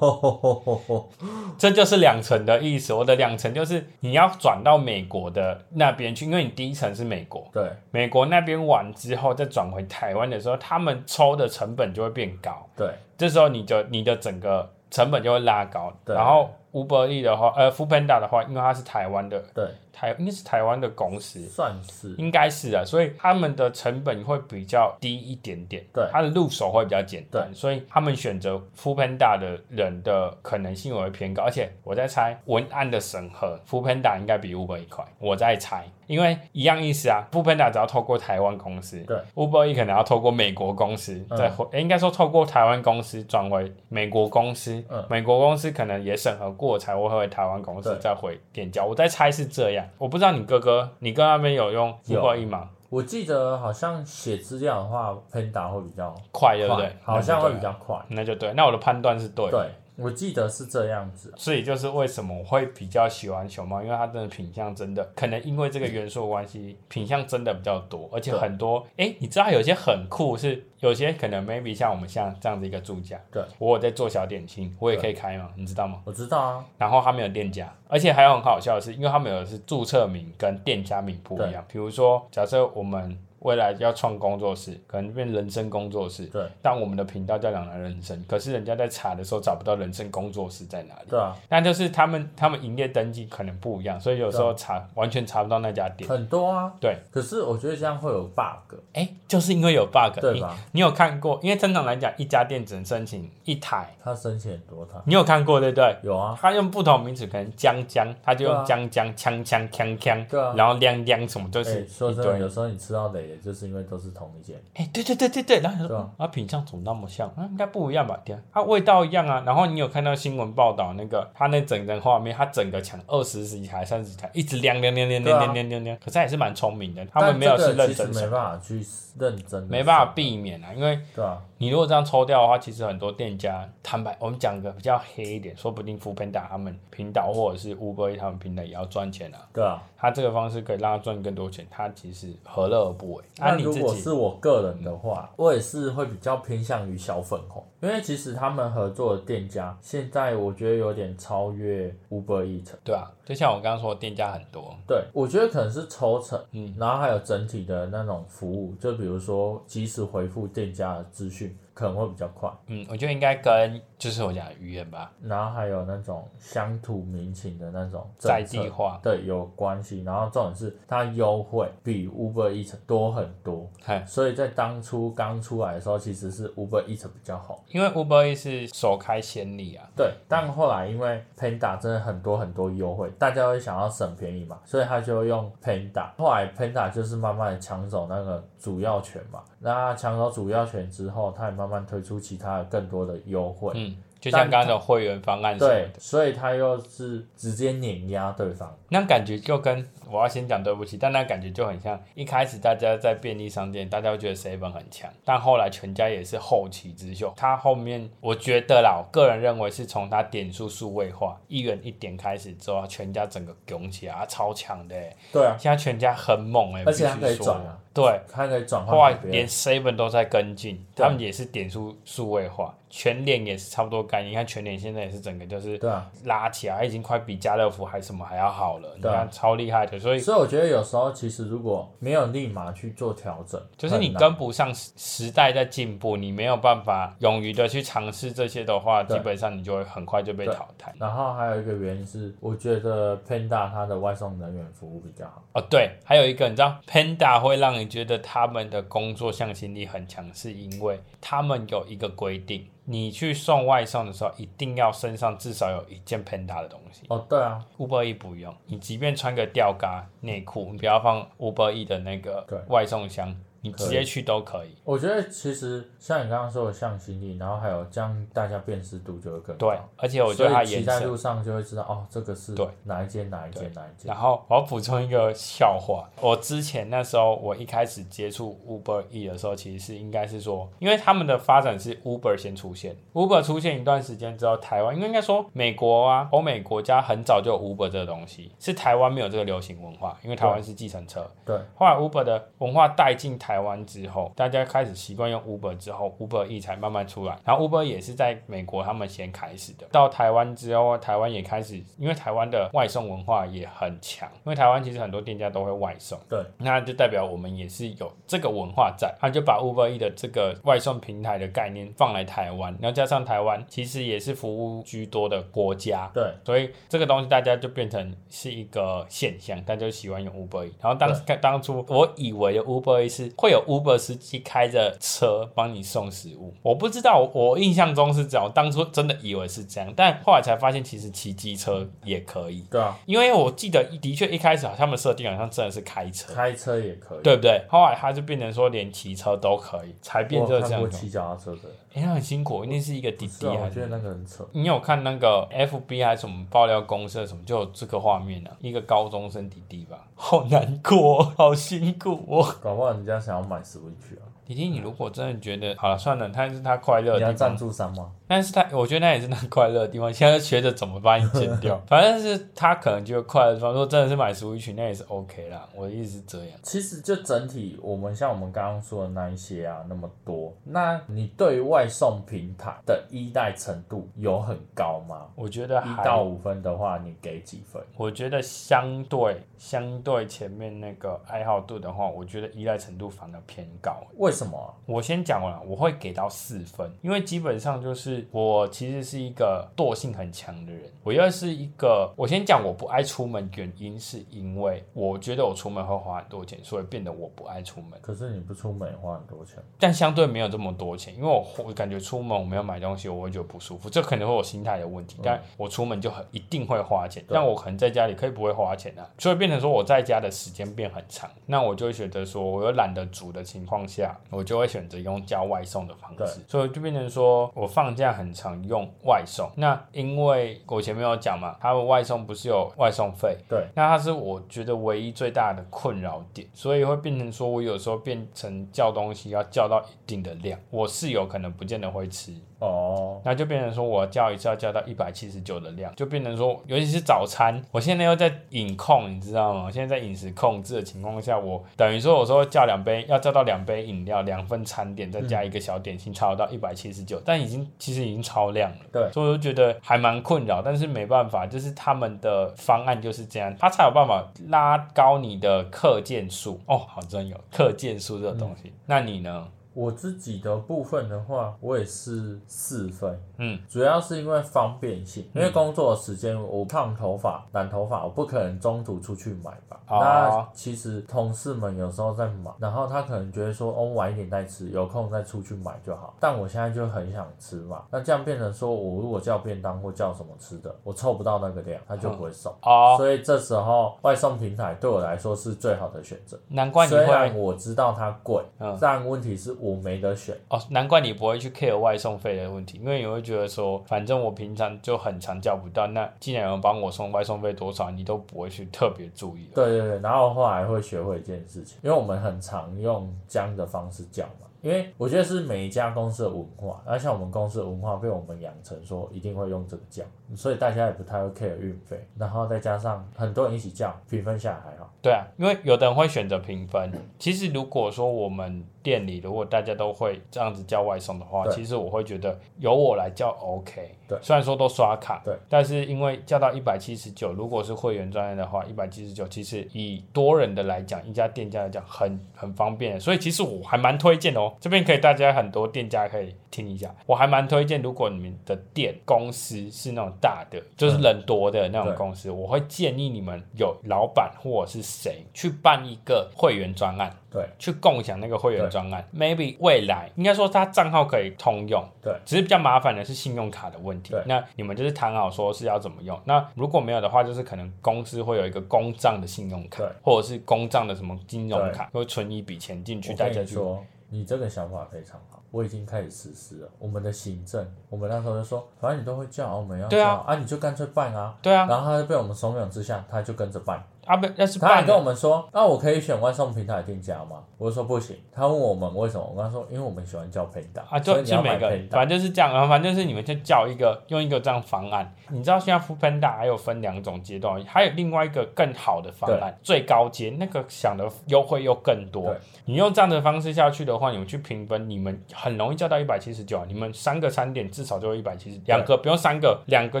这就是两层的意思。我的两层就是你要转到美国的那边去，因为你第一层是美国，
对
美国那边完之后再转回台湾的时候，他们抽的成本就会变高。
对
这时候你就你的整个成本就会拉高。
对
然后 Uber E 的话，呃，Foodpanda 的话，因为它是台湾的
对，
台应该是台湾的公司，
算是
应该是的，所以他们的成本会比较低一点点，
对
它的入手会比较简单，所以他们选择 Foodpanda 的人的可能性也会偏高，而且我在猜文案的审核，Foodpanda 应该比 Uber 一块，我在猜，因为一样意思啊，Foodpanda 只要透过台湾公司，
对
，Uber E 可能要透过美国公司
嗯
再回，诶应该说透过台湾公司转为美国公司，
嗯
美国公司可能也审核过才会回台湾公司
对
再回店家，我在猜是这样，我不知道你哥哥，你哥那边有用
有
Uber E 吗？
我记得好像写资料的话，Panda 会比较
快对不对
快，？好像会比
较，
较快。
那就对，那我的判断是对的。
对，我记得是这样子。啊
所以就是为什么我会比较喜欢熊猫，因为它真的品相真的，可能因为这个元素的关系，品相真的比较多，而
嗯
且
对
很多。哎、你知道有些很酷是，有些可能 maybe 像我们像这样子一个住家，
对
我有在做小点心，我也可以开嘛，你知道吗？
我知道啊，
然后他们有店家，而且还有很好笑的是，因为他们有的是注册名跟店家名不一样，比如说假设我们。未来要创工作室，可能变人生工作室，
对
但我们的频道叫两难人生，可是人家在查的时候找不到人生工作室在哪里。
对啊，
那就是他们他们营业登记可能不一样，所以有时候查完全查不到那家店。
很多啊。
对，
可是我觉得这样会有 bug，
哎、就是因为有 bug，
对
你
吧？
你有看过？因为正常来讲，一家店只能申请一台，
他申请很多台，
你有看过对不对？
有啊，
他用不同名词，可能江江，他就
对啊
用江江、锵锵、锵锵，
对啊
然后亮亮什么都
哎、
是
说
一
真的，
堆。
有时候你吃到雷的，就是因为都是同一件。
哎、对对对对对，然后你说
对啊
嗯啊，品相怎么那么像？啊，应该不一样吧？对啊，它味道一样啊。然后你有看到新闻报道那个，它那整个画面，它整个抢二十几台、三十台，一直亮亮亮亮
对啊
亮亮亮亮。可是还是蛮聪明的，他们没有
但
是
这个
认
其实
真
没
审，
办法去认真，
没办法，避免啊。因为
对啊，
你如果这样抽掉的话，其实很多店家，坦白我们讲个比较黑一点，说不定 f o o p a n d a 他们频道或者是 Uber Eats 他们频道也要赚钱啊。
对啊。
他这个方式可以让他赚更多钱，他其实何乐而不为？啊，
那
你
如
自
果
己嗯
是我个人的话，我也是会比较偏向于小粉红，因为其实他们合作的店家，现在我觉得有点超越 Uber Eat。
对啊，就像我刚刚说，店家很多，
对，我觉得可能是抽成，
嗯，
然后还有整体的那种服务，就比如说及时回复店家的资讯，可能会比较快。
嗯，我觉得应该跟就是我讲的语言吧，
然后还有那种乡土民情的那种政
在
策
地化，
对有关系。然后重点是它优惠比 Uber Eats 多很多，
嘿，
所以在当初刚出来的时候，其实是 Uber Eats 比较红。
因为 Uber E 是首开先例啊，
对，但后来因为 Panda 真的很多很多优惠，大家会想要省便宜嘛，所以他就用 Panda。后来 Panda 就是慢慢的抢走那个主要权嘛，那他抢走主要权之后，他也慢慢推出其他的更多的优惠。
嗯，就像刚刚的会员方嗯案什么
对
的，，
所以他又是直接碾压对方。
那感觉就跟我要先讲对不起，但那感觉就很像一开始大家在便利商店，大家会觉得 Seven 很强，但后来全家也是后起之秀，它后面我觉得啦，我个人认为是从它点数数位化一元一点开始之后，全家整个拱起来，它超强的、欸，
对啊，
现在全家很猛哎、欸，
而且它
必须
可以
说
转啊
对。
他可以转
后来
换给别
连
人。
Seven 都在跟进，
对
他们也是点数数位化，全脸也是差不多概念。你看全脸现在也是整个就是
对啊，
拉起来，已经快比家乐福还什么还要好了，你
对啊
看超厉害的。所以
所以我觉得有时候其实如果没有立马去做调整，
就是你
很难
跟不上时时代在进步，你没有办法勇于的去尝试这些的话，
对
基本上你就会很快就被淘汰。
然后还有一个原因是，我觉得 Panda 它的外送人员服务比较好。
哦，对，还有一个你知道，Panda 会让你觉得他们的工作向心力很强，是因为他们有一个规定，你去送外送的时候，一定要身上至少有一件 Panda 的东西。
哦，对啊，
Uber E 不用，你即便穿个吊嘎内裤，你不要放 Uber E 的那个
对
外送箱，你直接去都可以。
我觉得其实像你刚刚说的向心力，然后还有这样大家辨识度就会更高。
对，而且我觉
所
得它
以
颜
骑在
色。
路上就会知道哦，这个是
对
哪一间哪一间哪一间
然。后我要补充一个笑话，我之前那时候我一开始接触 Uber E 的时候，其实是应该是说，因为他们的发展是 Uber 先出现，Uber 出现一段时间之后，台湾因为应该说美国啊、欧美国家很早就有 Uber 这个东西，是台湾没有这个流行文化，因为台湾是计程车，
对，
后来 Uber 的文化带进台湾之后，大家开始习惯用 Uber 之后，Uber E 才慢慢出来。然后 Uber 也是在美国他们先开始的，到台湾之后，台湾也开始，因为台湾的外送文化也很强，因为台湾其实很多店家都会外送。
对，
那就代表我们也是有这个文化在，他就把 Uber E 的这个外送平台的概念放来台湾，然后加上台湾其实也是服务居多的国家，
对，
所以这个东西大家就变成是一个现象，大家就喜欢用 Uber E。然后当当当初我以为的 Uber E 是会有 Uber 司机开着车帮你送食物。我不知道，我印象中是这样，我当初真的以为是这样，但后来才发现其实骑机车也可以，
对啊，
因为我记得的确一开始好像他们设定好像真的是开车。
开车也可以。
对不对？后来他就变成说连骑车都可以，才变
我
成
有
这
看
样
过
子。
骑脚踏车的，
哎、那很辛苦，一定是一个弟
是
弟
啊，
啊
我。觉得那个很扯。
你有看那个 FB 还是什么爆料公社什么，就有这个画面啊，一个高中生弟弟吧， 好难过，好辛苦哦。
搞不好人家想要买 Switch 啊，
弟弟，你如果真的觉得好了，算了，他是他快乐
你要
的地
赞
方，
助商吗？
但是他我觉得那也是他快乐的地方。现 在学着怎么把你剪 掉，反正是他可能觉得快乐的地方。如果真的是买 Switch，那也是 OK 啦。我的意思是这样。
其实就整体，我们像我们刚刚说的那一些啊，那么多，那你对于外送平台的依赖程度有很高吗？
我觉得还
一到五分的话，你给几分？
我觉得相对相对前面那个爱好度的话，我觉得依赖程度反而偏高。
为什么啊、
我先讲完，我会给到四分，因为基本上就是我其实是一个惰性很强的人。我又是一个，我先讲我不爱出门，原因是因为我觉得我出门会花很多钱，所以变得我不爱出门。
可是你不出门也花很多钱，
但相对没有这么多钱，因为我我感觉出门我没有买东西，我会觉得不舒服，这可能会有心态的问题。但我出门就很一定会花钱，
对
但我可能在家里可以不会花钱啊，所以变成说我在家的时间变很长，那我就会觉得说，我又懒得煮的情况下，我就会选择用叫外送的方式，所以就变成说我放假很常用外送。那因为我前面有讲嘛，他们外送不是有外送费，
对，
那它是我觉得唯一最大的困扰点，所以会变成说我有时候变成叫东西要叫到一定的量，我室友可能不见得会吃，
哦，
那就变成说我叫一次要叫到一百七十九的量，就变成说，尤其是早餐，我现在又在饮控，你知道吗？我现在在饮食控制的情况下，我等于说我说叫两杯，要叫到两杯饮料，两份餐点，再
嗯
加一个小点心，超到一百七十九，但已经其实已经超量了。
对
所以我就觉得还蛮困扰，但是没办法，就是他们的方案就是这样，他才有办法拉高你的课件数。哦，好真有课件数这个东
嗯
西。那你呢？
我自己的部分的话，我也是四分，
嗯，
主要是因为方便性，因为工作的时间我烫头发、染头发，我不可能中途出去买吧。
哦
那其实同事们有时候在忙，然后他可能觉得说，哦，晚一点再吃，有空再出去买就好。但我现在就很想吃嘛，那这样变成说我如果叫便当或叫什么吃的，我凑不到那个量，他就不会送。
哦，
所以这时候外送平台对我来说是最好的选择。
难怪你
虽
会
然我知道它贵，
嗯
但问题是我没得选。
哦，难怪你不会去 care 外送费的问题，因为你会觉得说，反正我平常就很常叫不到，那既然有人帮我送外送费多少，你都不会去特别注意。
对对对，然后后来会学会一件事情，因为我们很常用这样的方式叫嘛，因为我觉得是每一家公司的文化，那像我们公司的文化被我们养成说一定会用这个叫，所以大家也不太会 care 运费，然后再加上很多人一起叫，评分下来还好。
对啊，因为有的人会选择平分。其实如果说我们店里如果大家都会这样子叫外送的话，
对
其实我会觉得由我来叫 OK。
对
虽然说都刷卡，
对，
但是因为叫到一百七十九，如果是会员专业的话，一百七十九其实以多人的来讲，一家店家来讲很很方便，所以其实我还蛮推荐哦。这边可以大家很多店家可以听一下，我还蛮推荐，如果你们的店公司是那种大的，就是人多的那种
对
公司，我会建议你们有老板或者是谁去办一个会员专案。
对
去共享那个会员专案，maybe 未来应该说它账号可以通用，
对，
只是比较麻烦的是信用卡的问题
对。
那你们就是谈好说是要怎么用，那如果没有的话，就是可能公司会有一个公账的信用卡
对，
或者是公账的什么金融卡，会存一笔钱进去，
我
大
跟
家
你
去。
说，你这个想法非常好，我已经开始实施了。我们的行政，我们那时候就说，反正你都会叫，我们要
对
叫
啊
啊，你就干脆办啊。
对啊，
然后他就被我们怂恿之下，他就跟着办。
啊不，要是
他还
办
跟我
了，
们说，那我可以选外送平台定价吗？我就说不行。他问我们为什么，我跟他说，因为我们喜欢叫 Panda
啊，
所以
就
你
是
要
每
买
个人，
Panda。
反正就是这样，然后反正就是你们就叫一个用一个这样方案。你知道现在 f o o Panda 还有分两种阶段，还有另外一个更好的方案，最高阶那个想的优惠又更多
对。
你用这样的方式下去的话，你们去评分，你们很容易叫到一百七十九，你们三个餐点至少就一百七十，两个不用三个，两个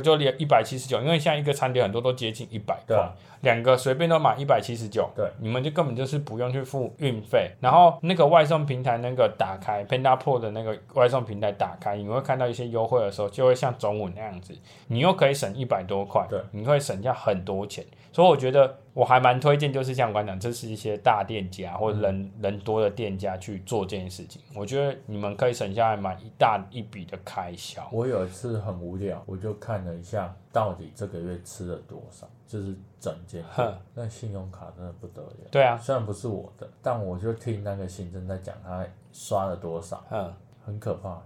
就一百七十九，因为现在一个餐点很多都接近一百块
对。啊
两个随便都满一百七十九，
对，
你们就根本就是不用去付运费。然后那个外送平台那个打开 Panda Pro 的那个外送平台打开，你会看到一些优惠的时候，就会像中午那样子，你又可以省一百多块，
对，
你会省下很多钱。所以我觉得我还蛮推荐，就是像馆长，这是一些大店家或
嗯
者人、人多的店家去做这件事情，我觉得你们可以省下来蛮一大一笔的开销。
我有一次很无聊，我就看了一下到底这个月吃了多少，就是整间
哼，
那信用卡真的不得了。
对啊，
虽然不是我的，但我就听那个行政在讲他刷了多少，
嗯，
很可怕。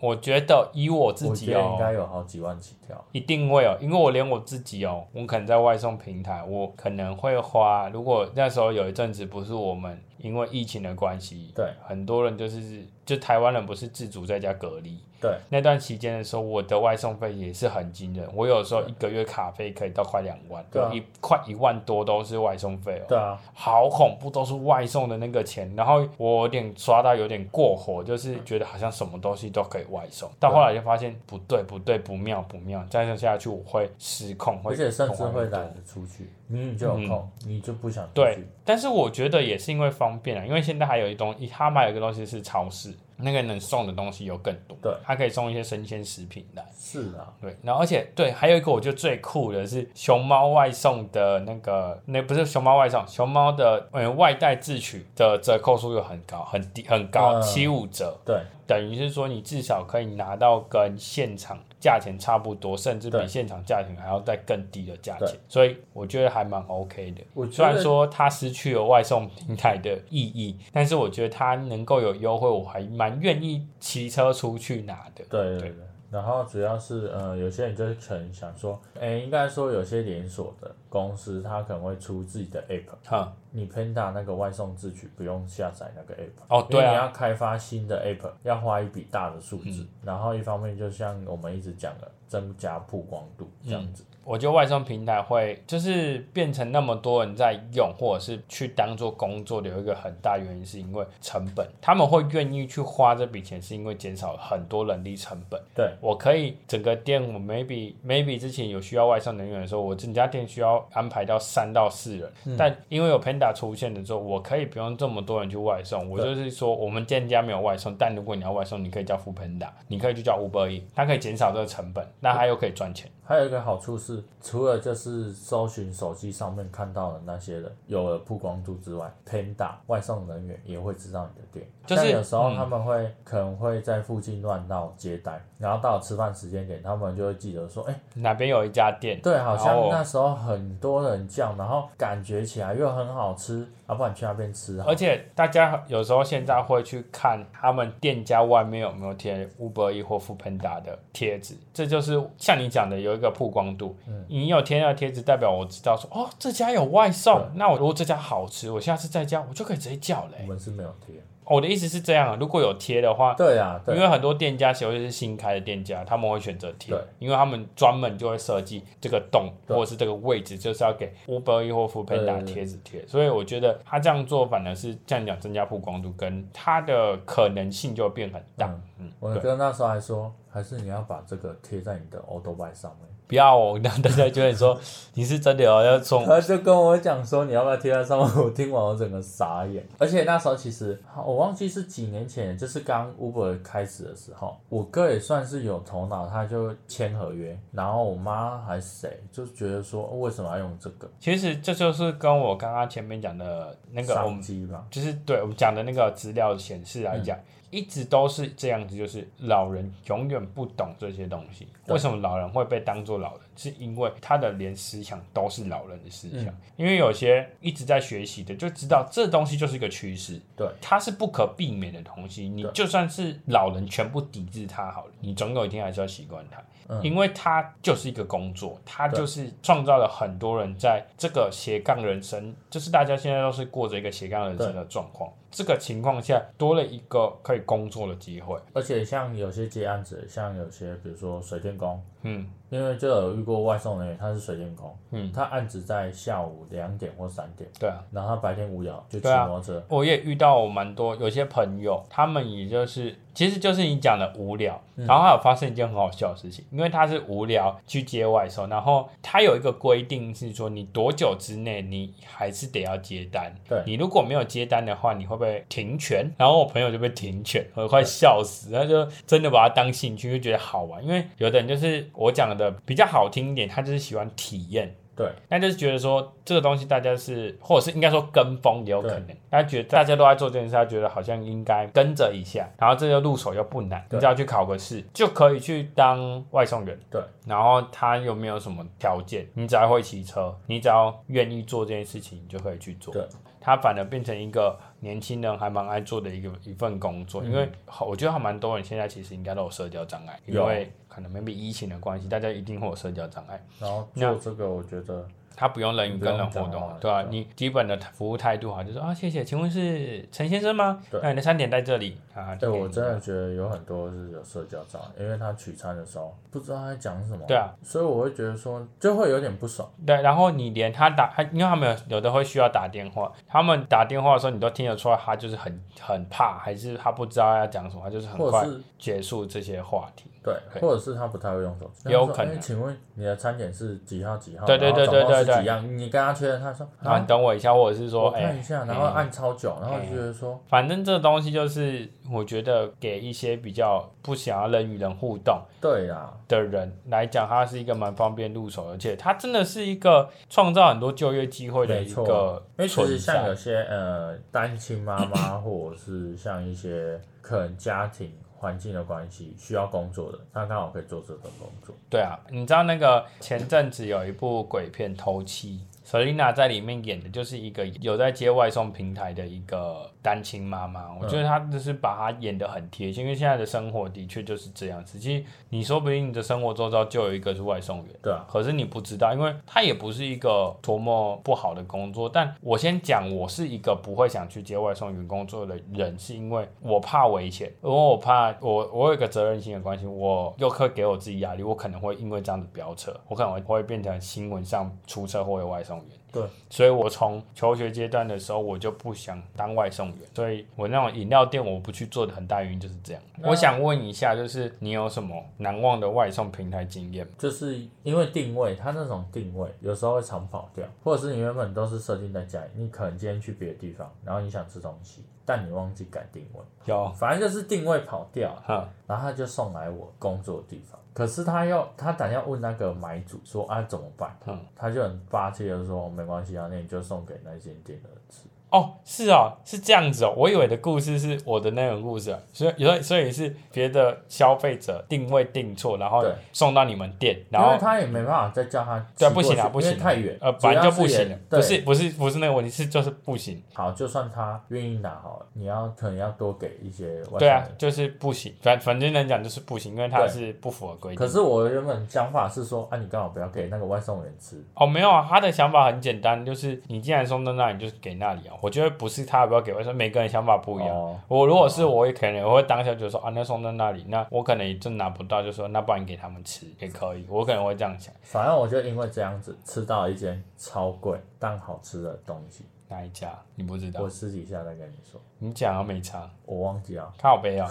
我觉得以我自
我觉
己
得应
哦，
该有好几万起跳。
一定会哦有，因为我连我自己哦，我可能在外送平台，我可能会花。如果那时候有一阵子不是我们因为疫情的关系，
对
很多人就是就台湾人不是自主在家隔离，
对，
那段期间的时候，我的外送费也是很惊人。我有时候一个月卡费可以到快两万，
对啊
有一快一万多都是外送费哦，
对啊，
好恐怖，都是外送的那个钱。然后我有点刷到有点过火，就是觉得好像什么东西都可以外送，到后来就发现不对不对不妙不妙，再这样下去我会失控，会
而且甚至
恐慌
会
很多
懒得出去，明明就有空，你就不想出
对
去。，
但是我觉得也是因为方便啊，因为现在还有一东，他们还有一个东西是超市，那个能送的东西有更多，
对，
它可以送一些生鲜食品来。
是啊，
对，然后而且对，还有一个我觉得最酷的是熊猫外送的那个，那不是熊猫外送，熊猫的呃外带自取的折扣数又很高，很低很高，
嗯
七五折，
对
等于是说你至少可以拿到跟现场价钱差不多，甚至比
对
现场价钱还要再更低的价钱
对，
所以我觉得还蛮 OK 的。
我觉
虽
得
然说它失去了外送平台的意义，但是我觉得它能够有优惠，我还蛮愿意骑车出去拿的。
对对对。然后主要是，呃，有些人就是可能想说，哎，应该说有些连锁的公司，它可能会出自己的 app，
哼，
你 Panda 那个外送自取不用下载那个 app，
哦，对
因为
啊嗯
你，要开发新的 app，要花一笔大的数字，然后一方面就像我们一直讲的，增加曝光度这样子。
我觉得外送平台会就是变成那么多人在用，或者是去当做工作的有一个很大原因，是因为成本。他们会愿意去花这笔钱，是因为减少很多人力成本。
对，
我可以整个店，我 maybe maybe 之前有需要外送人员的时候，我整家店需要安排到三到四人，但因为有 Panda 出现的时候，我可以不用这么多人去外送。我
对
就是说，我们店家没有外送，但如果你要外送，你可以叫 f o o Panda，你可以去叫 Uber E，它可以减少这个成本，那它又可以赚钱。
还有一个好处是，除了就是搜寻手机上面看到的那些人有了曝光度之外，Panda 外送人员也会知道你的店，
就是
但有时候
嗯
他们会、可能会在附近乱闹接待，然后到了吃饭时间点，他们就会记得说，哎、
哪边有一家店，
对，好
然后
像那时候很多人叫，然后感觉起来又很好吃，要、不然去那边吃好
而。且大家有时候现在会去看他们店家外面有没有贴 Uber E 或 f o o Panda 的贴纸，这就是像你讲的有一个曝光度。你有贴那个贴纸，代表我知道说哦，这家有外送，那我如果这家好吃，我下次在家我就可以直接叫嘞、
我们是没有贴，
哦我的意思是这样，如果有贴的话。
对啊，
因
对，
为很多店家，尤其是新开的店家，他们会选择贴
对，
因为他们专门就会设计这个洞
对
或者是这个位置，就是要给 Uber E 或 f o o p a n d
对对对
贴纸贴。所以我觉得他这样做反而是这样讲增加曝光度，跟他的可能性就变很大。
嗯
嗯，
我
对
哥那时候还说，还是你要把这个贴在你的 o d o b i 上面。
不要哦，让大家觉得说你是真的有要送
他就跟我讲说，你要不要贴在上面？我听完我整个傻眼。而且那时候其实我忘记是几年前，就是刚 Uber 开始的时候，我哥也算是有头脑，他就签合约，然后我妈还是谁就觉得说，哦为什么要用这个
其实这就是跟我刚刚前面讲的那个我
商
们
机吧？
就是对我们讲的那个资料显示
嗯
来讲，一直都是这样子，就是老人永远不懂这些东西。
对
为什么老人会被当做老人？是因为他的连思想都是老人的思想，
嗯
因为有些一直在学习的就知道这东西就是一个趋势，
对，
它是不可避免的东西。你
对
就算是老人全部抵制它好了，你总有一天还是要习惯它。
嗯
因为它就是一个工作，它
对
就是创造了很多人在这个斜杠人生，就是大家现在都是过着一个斜杠人生的状况。这个情况下，多了一个可以工作的机会。
而且像有些接案子，像有些比如说水电工，
嗯
因为就有遇过外送人员，他是水电工，
嗯，
他案子在下午两点或三点，
对啊。
然后他白天无聊就骑
对啊
摩托车，
我也遇到蛮多有些朋友，他们也就是其实就是你讲的无聊，然后还有发生一件很好笑的事情，因为他是无聊去接外送，然后他有一个规定是说你多久之内你还是得要接单，
对
你如果没有接单的话，你会不会停权？然后我朋友就被停权，我快笑死，他就真的把它当兴趣，就觉得好玩，因为有的人就是我讲的比较好听一点，他就是喜欢体验。
对
那就是觉得说这个东西大家是，或者是应该说跟风也有可能，他觉得大家都在做这件事，他觉得好像应该跟着一下，然后这个入手又不难，
对
你只要去考个试就可以去当外送员。
对，
然后他又没有什么条件，你只要会骑车，你只要愿意做这件事情，你就可以去做。
对，
他反而变成一个年轻人还蛮爱做的一个一份工作，因为好我觉得还蛮多人现在其实应该都有社交障碍，
嗯
因
有
为可能 maybe 疫情的关系，大家一定会有社交障碍。
然后
那
做这个，我觉得
他不用人与跟人互
不用讲
动啊
话，
对吧、
对
你基本的服务态度好，就说啊，谢谢，请问是陈先生吗？哎
对
那你的餐点在这里啊。
对
就给你
我真的觉得有很多是有社交障碍，因为他取餐的时候不知道他在讲什么，
对啊，
所以我会觉得说就会有点不爽，
对，然后你连他打，他因为他们有有的会需要打电话，他们打电话的时候，你都听得出来，他就是很很怕，还是他不知道要讲什么，他就是很
或者
快
是
结束这些话题。
对，
对
或者是他不太会用手机，
有
他说
可能
哎请问你的餐点是几号几号？
对对对
然后总共
对对
是
对
几样？你跟他确认，他说
啊然后你等我一下，或者是说，
啊我
哎、
看一下，然后
哎
按超久，然后我就觉得说
反正这东西就是，我觉得给一些比较不想要人与人互动。
对啦，
的人来讲，它是一个蛮方便入手，而且它真的是一个创造很多就业机会的
没
一
错
个
因为其实
存
像有
在。
些呃单亲妈 妈或者是像一些可能家庭环境的关系需要工作的，他刚好可以做这份工作，
对啊，你知道那个前阵子有一部鬼片《偷妻》，Selina 在里面演的就是一个有在接外送平台的一个单亲妈妈，我觉得她就是把她演得很贴心，因为现在的生活的确就是这样子。其实你说不定你的生活周遭就有一个是外送员。
对啊，
可是你不知道，因为它也不是一个多么不好的工作。但我先讲，我是一个不会想去接外送员工作的人，是因为我怕危险，因为我怕我我有一个责任心的关系，我又会给我自己压力，我可能会因为这样子飙车，我可能会会变成新闻上出车祸的外送员。
对，
所以我从求学阶段的时候，我就不想当外送员，所以我那种饮料店我不去做的很大原因就是这样。
那
我想问一下，就是你有什么难忘的外送平台经验吗？
就是因为定位，它那种定位有时候会常跑掉，或者是你原本都是设定在家里，你可能今天去别的地方，然后你想吃东西，但你忘记改定位，
有。
反正就是定位跑掉了，
哈，
然后他就送来我工作的地方。可是他要他打电话问那个买主说啊怎么办，
嗯，
他就很霸气的说没关系啊，那你就送给那间店的人吃。
哦，是哦，是这样子哦。我以为的故事是我的那种故事啊，所以有时候所以是别的消费者定位定错，然后
对
送到你们店，然
因为
后
他也没办法再叫他骑
对
过去，
不行啊不行啊
因为太远，
呃，
主
反
要
正
是
就不行
也
了，
对
不是不是不是那个问题，是就是不行，
好，就算他愿意拿好了，你要可能要多给一些外
对啊
送，人
就是不行，反反正能讲就是不行，因为它
对
是不符合规定
可。是我原本想法是说，啊，你刚好不要给那个外送员吃，
哦，没有啊，他的想法很简单，就是你既然送到那里，你就是给那里啊。我觉得不是他要不要给外送，每个人想法不一样。
哦
我如果是我，也可能我会当下就说啊，那送到那里，那我可能也真拿不到，就说那不然给他们吃也可以，我可能会这样想。
反正我就因为这样子吃到一间超贵但好吃的东西，
哪一家你不知道
我？私底下再跟你说，
你讲啊，没差，
我忘记了。
靠背啊。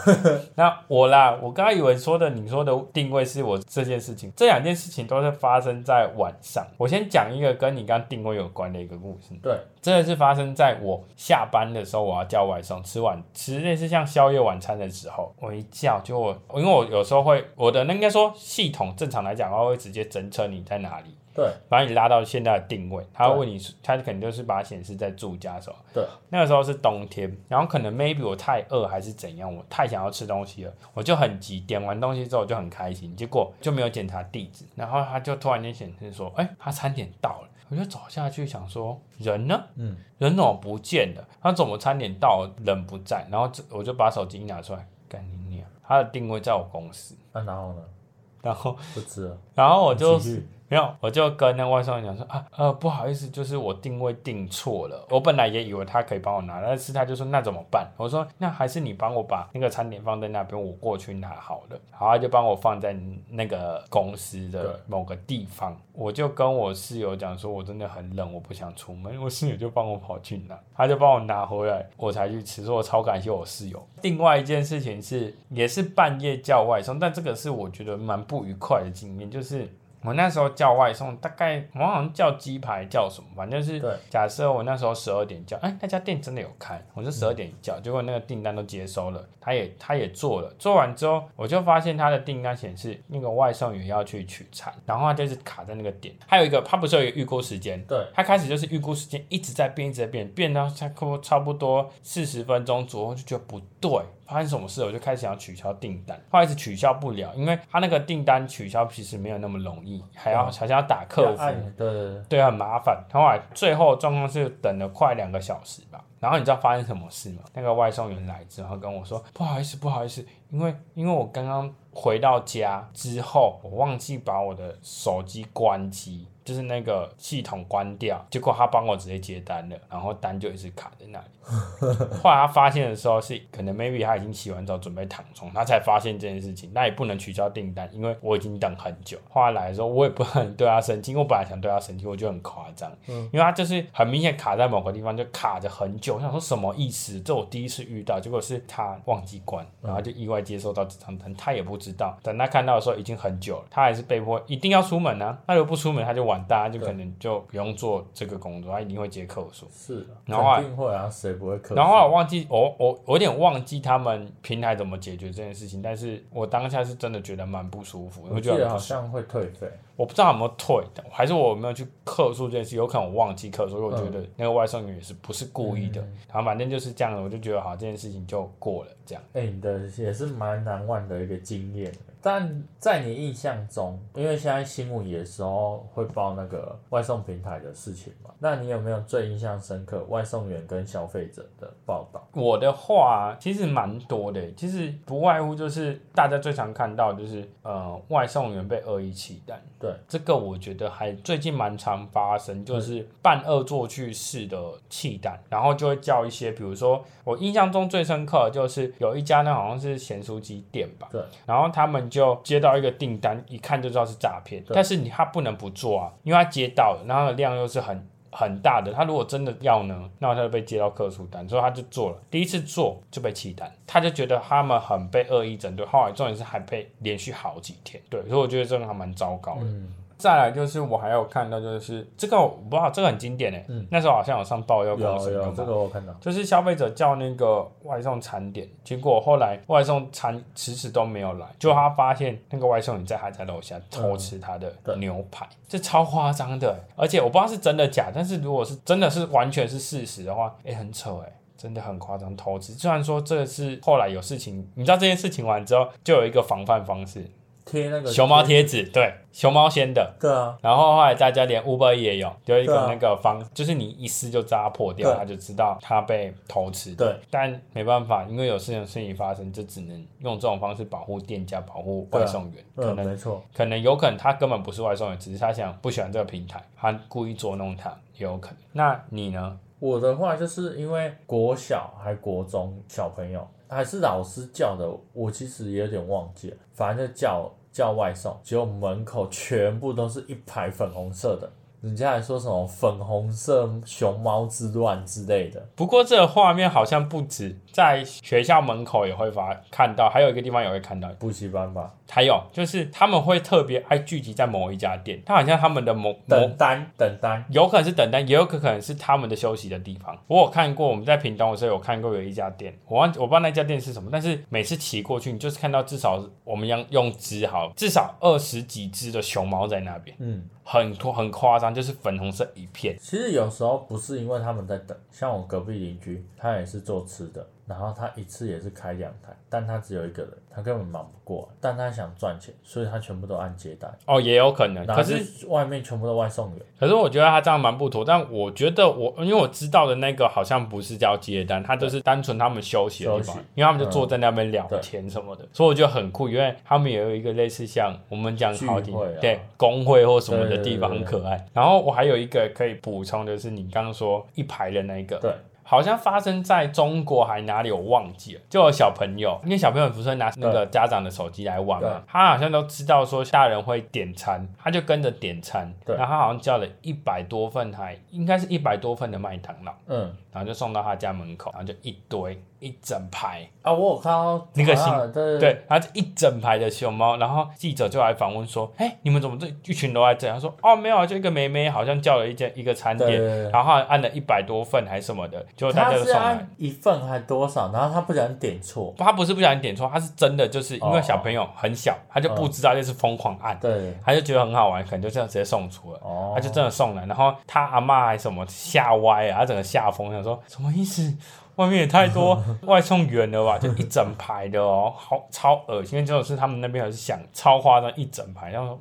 那我啦，我刚刚以为说的你说的定位是我这件事情，这两件事情都是发生在晚上。我先讲一个跟你刚刚定位有关的一个故事。
对，
真的是发生在我下班的时候，我要叫外送，吃晚吃类似像宵夜晚餐的时候，我一叫就我，因为我有时候会我的那应该说系统正常来讲，它会直接侦测你在哪里，
对，
把你拉到现在的定位，它
对
会问你，它肯定就是把它显示在住家什么。
对，
那个时候是冬天，然后可能 maybe 我太饿还是怎样，我太想要吃东西了，我就很急，点完东西之后我就很开心，结果就没有检查地址，然后他就突然间显示说，哎、他餐点到了，我就走下去想说人呢？
嗯，
人怎么不见了？他怎么餐点到人不在？然后这我就把手机一拿出来，干你娘！他的定位在我公司，
那、啊然后呢？
然后
不吃了，
然后我就
继续
没有，我就跟那个外送员讲说啊，呃，不好意思，就是我定位定错了。我本来也以为他可以帮我拿，但是他就说那怎么办？我说那还是你帮我把那个餐点放在那边，我过去拿好了。然后他就帮我放在那个公司
对
的某个地方。我就跟我室友讲说，我真的很冷，我不想出门。我室友就帮我跑去拿，他就帮我拿回来，我才去吃。所以我超感谢我室友。另外一件事情是，也是半夜叫外送，但这个是我觉得蛮不愉快的经验，就是。我那时候叫外送，大概我好像叫鸡排叫什么，反正就是
对
假设我那时候十二点叫，哎、那家店真的有开，我就十二点叫，结果那个订单都接收了，他也他也做了，做完之后我就发现他的订单显示那个外送员要去取餐，然后他就是卡在那个点，还有一个他不是有一个预估时间，
对，
他开始就是预估时间一直在变，一直在变，变到差不多差不多四十分钟左右，就觉得不对，发生什么事，我就开始想取消订单，后来一直取消不了，因为他那个订单取消其实没有那么容易，还要还是要打客服，
要按啊对对对，
对，很麻烦。后来最后状况是等了快两个小时吧。然后你知道发生什么事吗？那个外送员来之后跟我说：“不好意思，不好意思，因为因为我刚刚回到家之后，我忘记把我的手机关机，就是那个系统关掉。结果他帮我直接接单了，然后单就一直卡在那里。 后来他发现的时候是可能 maybe 他已经洗完澡准备躺床，他才发现这件事情。那也不能取消订单，因为我已经等很久。后来来的时候，我也不很对他生气，因为我本来想对他生气，我就很夸张，因为他就是很明显卡在某个地方，就卡着很久。我想说什么意思？这我第一次遇到，结果是他忘记关，然后就意外接收到这张单，他也不知道。等他看到的时候已经很久了，他还是被迫一定要出门啊。他如果不出门，他就完蛋，他就可能就不用做这个工作，他一定会接客诉。
是啊，
然后啊
肯定会啊，谁不会客？
然后我忘记，我我我有点忘记他们平台怎么解决这件事情，但是我当下是真的觉得蛮不舒服，
我记
觉得
得
很
好
不舒服
像会退费，
我不知道有没有退，还是我有没有去客诉这件事，有可能我忘记客诉，因为我
嗯
觉得那个外送员也是不是故意的，然后反正就是这样的，我就觉得好这件事情就过了，这样
哎、你的也是蛮难忘的一个经验。但在你印象中，因为现在新闻有时候会报那个外送平台的事情嘛，那你有没有最印象深刻外送员跟消费者的报道？
我的话其实蛮多的，其实不外乎就是大家最常看到的就是呃外送员被恶意弃单，
对，
这个我觉得还最近蛮常发生，就是办恶作剧式的弃单，然后就会叫一些，比如说我印象中最深刻的就是有一家呢好像是咸酥鸡店吧，
对，
然后他们就接到一个订单，一看就知道是诈骗，
对
但是你他不能不做啊，因为他接到了，然后他的量又是很。很大的，他如果真的要呢，那他就被接到客诉单，所以他就做了。第一次做就被弃单，他就觉得他们很被恶意针对，后来重点是还被连续好几天，对，所以我觉得这个还蛮糟糕的。
嗯，
再来就是我还有看到就是这个我不知道这个很经典诶、欸
嗯
那时候好像有上爆料
有
公司
有这
嘛，
个我看到，
就是消费者叫那个外送餐点，结果后来外送餐迟迟都没有来，
嗯
就他发现那个外送员在他家楼下偷吃他的
对
牛排，
嗯
这超夸张的欸、而且我不知道是真的假，但是如果是真的是完全是事实的话，哎、很扯哎、真的很夸张，偷吃。虽然说这是后来有事情，你知道这件事情完之后，就有一个防范方式，
贴那个
熊猫，贴纸，对，熊猫先的，
对啊，
然后后来大家连 Uber 也有，有一
对
个
啊
那个方，就是你一撕就扎破掉，
对
他就知道他被偷吃。
对，
但没办法，因为有事情事情发生，就只能用这种方式保护店家、保护
对啊
外送员。可
嗯，
能
没错，
可能有可能他根本不是外送员，只是他想不喜欢这个平台，他故意捉弄他，也有可能。那你呢？
我的话就是因为国小还国中小朋友还是老师叫的，我其实也有点忘记了，反正就叫叫外送，结果门口全部都是一排粉红色的，人家还说什么粉红色熊猫之乱之类的，
不过这个画面好像不止在学校门口也会发看到，还有一个地方也会看到，
补习班吧，
还有就是他们会特别爱聚集在某一家店，他好像他们的某某
等单等单，
有可能是等单，也有可能是他们的休息的地方。我有看过，我们在屏东的时候有看过有一家店，我忘我不知道那家店是什么，但是每次骑过去，你就是看到至少我们要用只好至少二十几只的熊猫在那边，
嗯。
很多很夸张，就是粉红色一片。
其实有时候不是因为他们在等，像我隔壁邻居，他也是做吃的，然后他一次也是开两台，但他只有一个人，他根本忙不过来，但他想赚钱，所以他全部都按接单，
哦，也有可能，
然
可
后
是
就外面全部都外送员，
可是我觉得他这样蛮不妥，但我觉得我因为我知道的那个好像不是叫接单，他就是单纯他们休息的地
休
方
息，嗯
因为他们就坐在那边聊天什么的，所以我觉得很酷，因为他们也有一个类似像我们讲好几
聚会啊
对工会或什么的地方
对
很
对对
可爱。然后我还有一个可以补充，就是你刚刚说一排的那一个，
对，
好像发生在中国还哪里，我忘记了。就有小朋友，因为小朋友不是会拿那个家长的手机来玩
对
嘛，他好像都知道说大人会点餐，他就跟着点餐，
对
然后他好像叫了一百多份还应该是一百多份的麦当劳，
嗯，
然后就送到他家门口，然后就一堆。一整排，
啊，我有看到
那个新
啊对
对，然后就一整排的熊猫，然后记者就来访问说，哎，你们怎么这一群都在这样？他说哦，没有啊，就一个妹妹好像叫了一间一个餐
对对
店，
对
然后好像按了一百多份还是什么的，结果大
他
家都
是
送来。
按一份还多少，然后他不小心点错，
他不是不小心点错，他是真的，就是因为小朋友很小，他就不知道，就是疯狂按，
对，
他就觉得很好玩，可能就这样直接送出了。
哦，
他就真的送来，然后他阿嬷还什么吓歪啊，他整个吓疯，想说什么意思？外面也太多 外送员了吧，就一整排的哦，好超恶心。因为这种事他们那边还是想超夸张，一整排，然后说。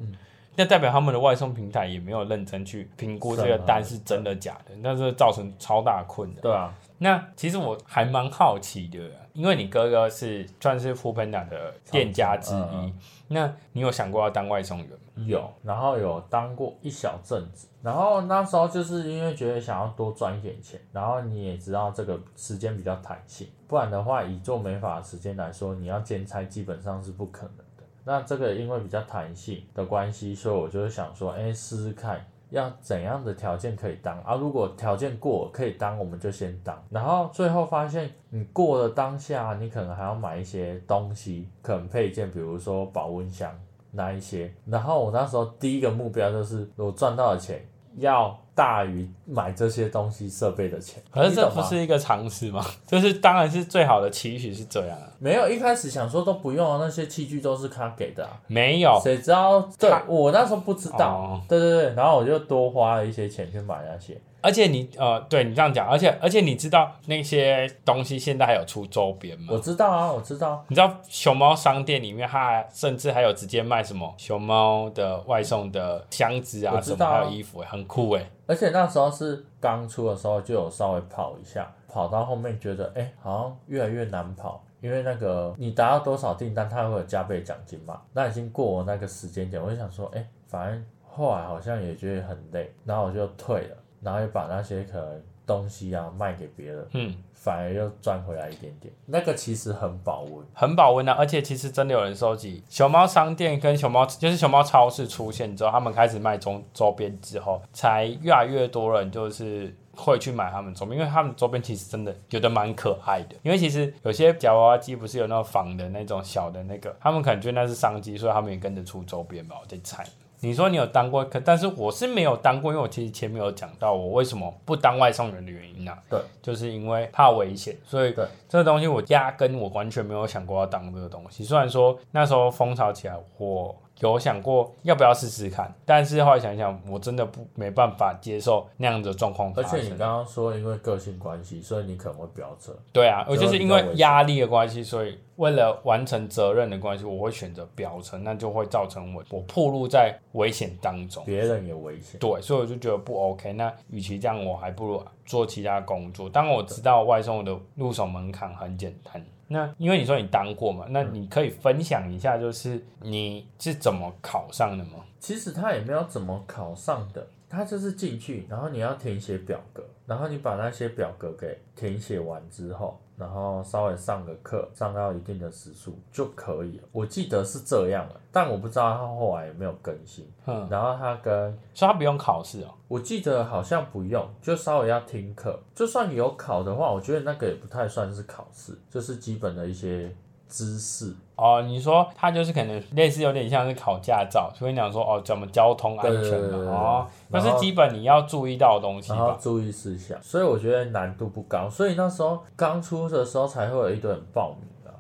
那代表他们的外送平台也没有认真去评估这个
是啊
单是真的假的，那是造成超大困扰。
对啊，
那其实我还蛮好奇的，因为你哥哥是算是 f o o p a n d a 的店家之一，
嗯嗯
那你有想过要当外送员吗？
有，然后有当过一小阵子，然后那时候就是因为觉得想要多赚一点钱，然后你也知道这个时间比较弹性，不然的话以做美发的时间来说，你要兼差基本上是不可能的。那这个因为比较弹性的关系，所以我就是想说，哎，试试看。要怎样的条件可以当啊？如果条件过可以当，我们就先当。然后最后发现你过了当下，你可能还要买一些东西，可能配件，比如说保温箱那一些。然后我那时候第一个目标就是，我赚到的钱要大于买这些东西设备的钱。
可是
你
这
懂
不
吗
是一个常识吗？ 就是当然是最好的期许是这样啊，
没有一开始想说都不用啊，那些器具都是他给的、啊。
没有
谁知道？对
他
我那时候不知道，
哦
对对对，然后我就多花了一些钱去买那些，
而且你呃，对你这样讲，而且而且你知道那些东西现在还有出周边吗
我？知道啊，我知道，
你知道熊猫商店里面，它还甚至还有直接卖什么熊猫的外送的箱子啊，
我
什
知
么
道啊
还有衣服、很酷哎、
而且那时候是刚出的时候就有稍微跑一下，跑到后面觉得哎、诶好像越来越难跑，因为那个你达到多少订单，它会有加倍奖金嘛。那已经过了那个时间点，我就想说，哎、反正后来好像也觉得很累，然后我就退了，然后也把那些可能东西啊卖给别人，
嗯，
反而又赚回来一点点。那个其实很保温，
很保温啊。而且其实真的有人收集熊猫商店跟熊猫，就是熊猫超市出现之后，他们开始卖周周边之后，才越来越多人就是。会去买他们周边，因为他们周边其实真的有的蛮可爱的。因为其实有些夹娃娃机不是有那种仿的那种小的那个，他们可能觉得那是商机，所以他们也跟着出周边吧，我在猜。你说你有当过，可但是我是没有当过，因为我其实前面有讲到我为什么不当外送员的原因啊。
对，
就是因为怕危险，所以
对
这个东西我压根我完全没有想过要当这个东西。虽然说那时候风潮起来，我有想过要不要试试看，但是后来想一想，我真的不没办法接受那样的状况发
而
生。
且你刚刚说因为个性关系，所以你可能会飙车。
对啊，我
就
就是
比
因
较
为
危险
压力的关系，所以为了完成责任的关系，我会选择飙车，那就会造成我我暴露在危险当中。
别人也危险，
对，所以我就觉得不 OK。那与其这样，我还不如做其他工作。当然我知道外送的入手门槛很简单。那因为你说你当过嘛，
嗯
那你可以分享一下，就是你是怎么考上的吗？
其实他也没有怎么考上的，他就是进去，然后你要填写表格，然后你把那些表格给填写完之后，然后稍微上个课，上到一定的时数就可以了。我记得是这样了，但我不知道他后来有没有更新。
嗯，
然后他跟
所以他不用考试哦。
我记得好像不用，就稍微要听课。就算有考的话，我觉得那个也不太算是考试，就是基本的一些知识。
哦，你说他就是可能类似有点像是考驾照，所以你讲说哦，怎么交通安全
对对
嘛
对对，对
哦，那
然
是
后
基本你要注意到的东西
然后
吧？
注意事项，所以我觉得难度不高，所以那时候刚出的时候才会有一堆人报名啊。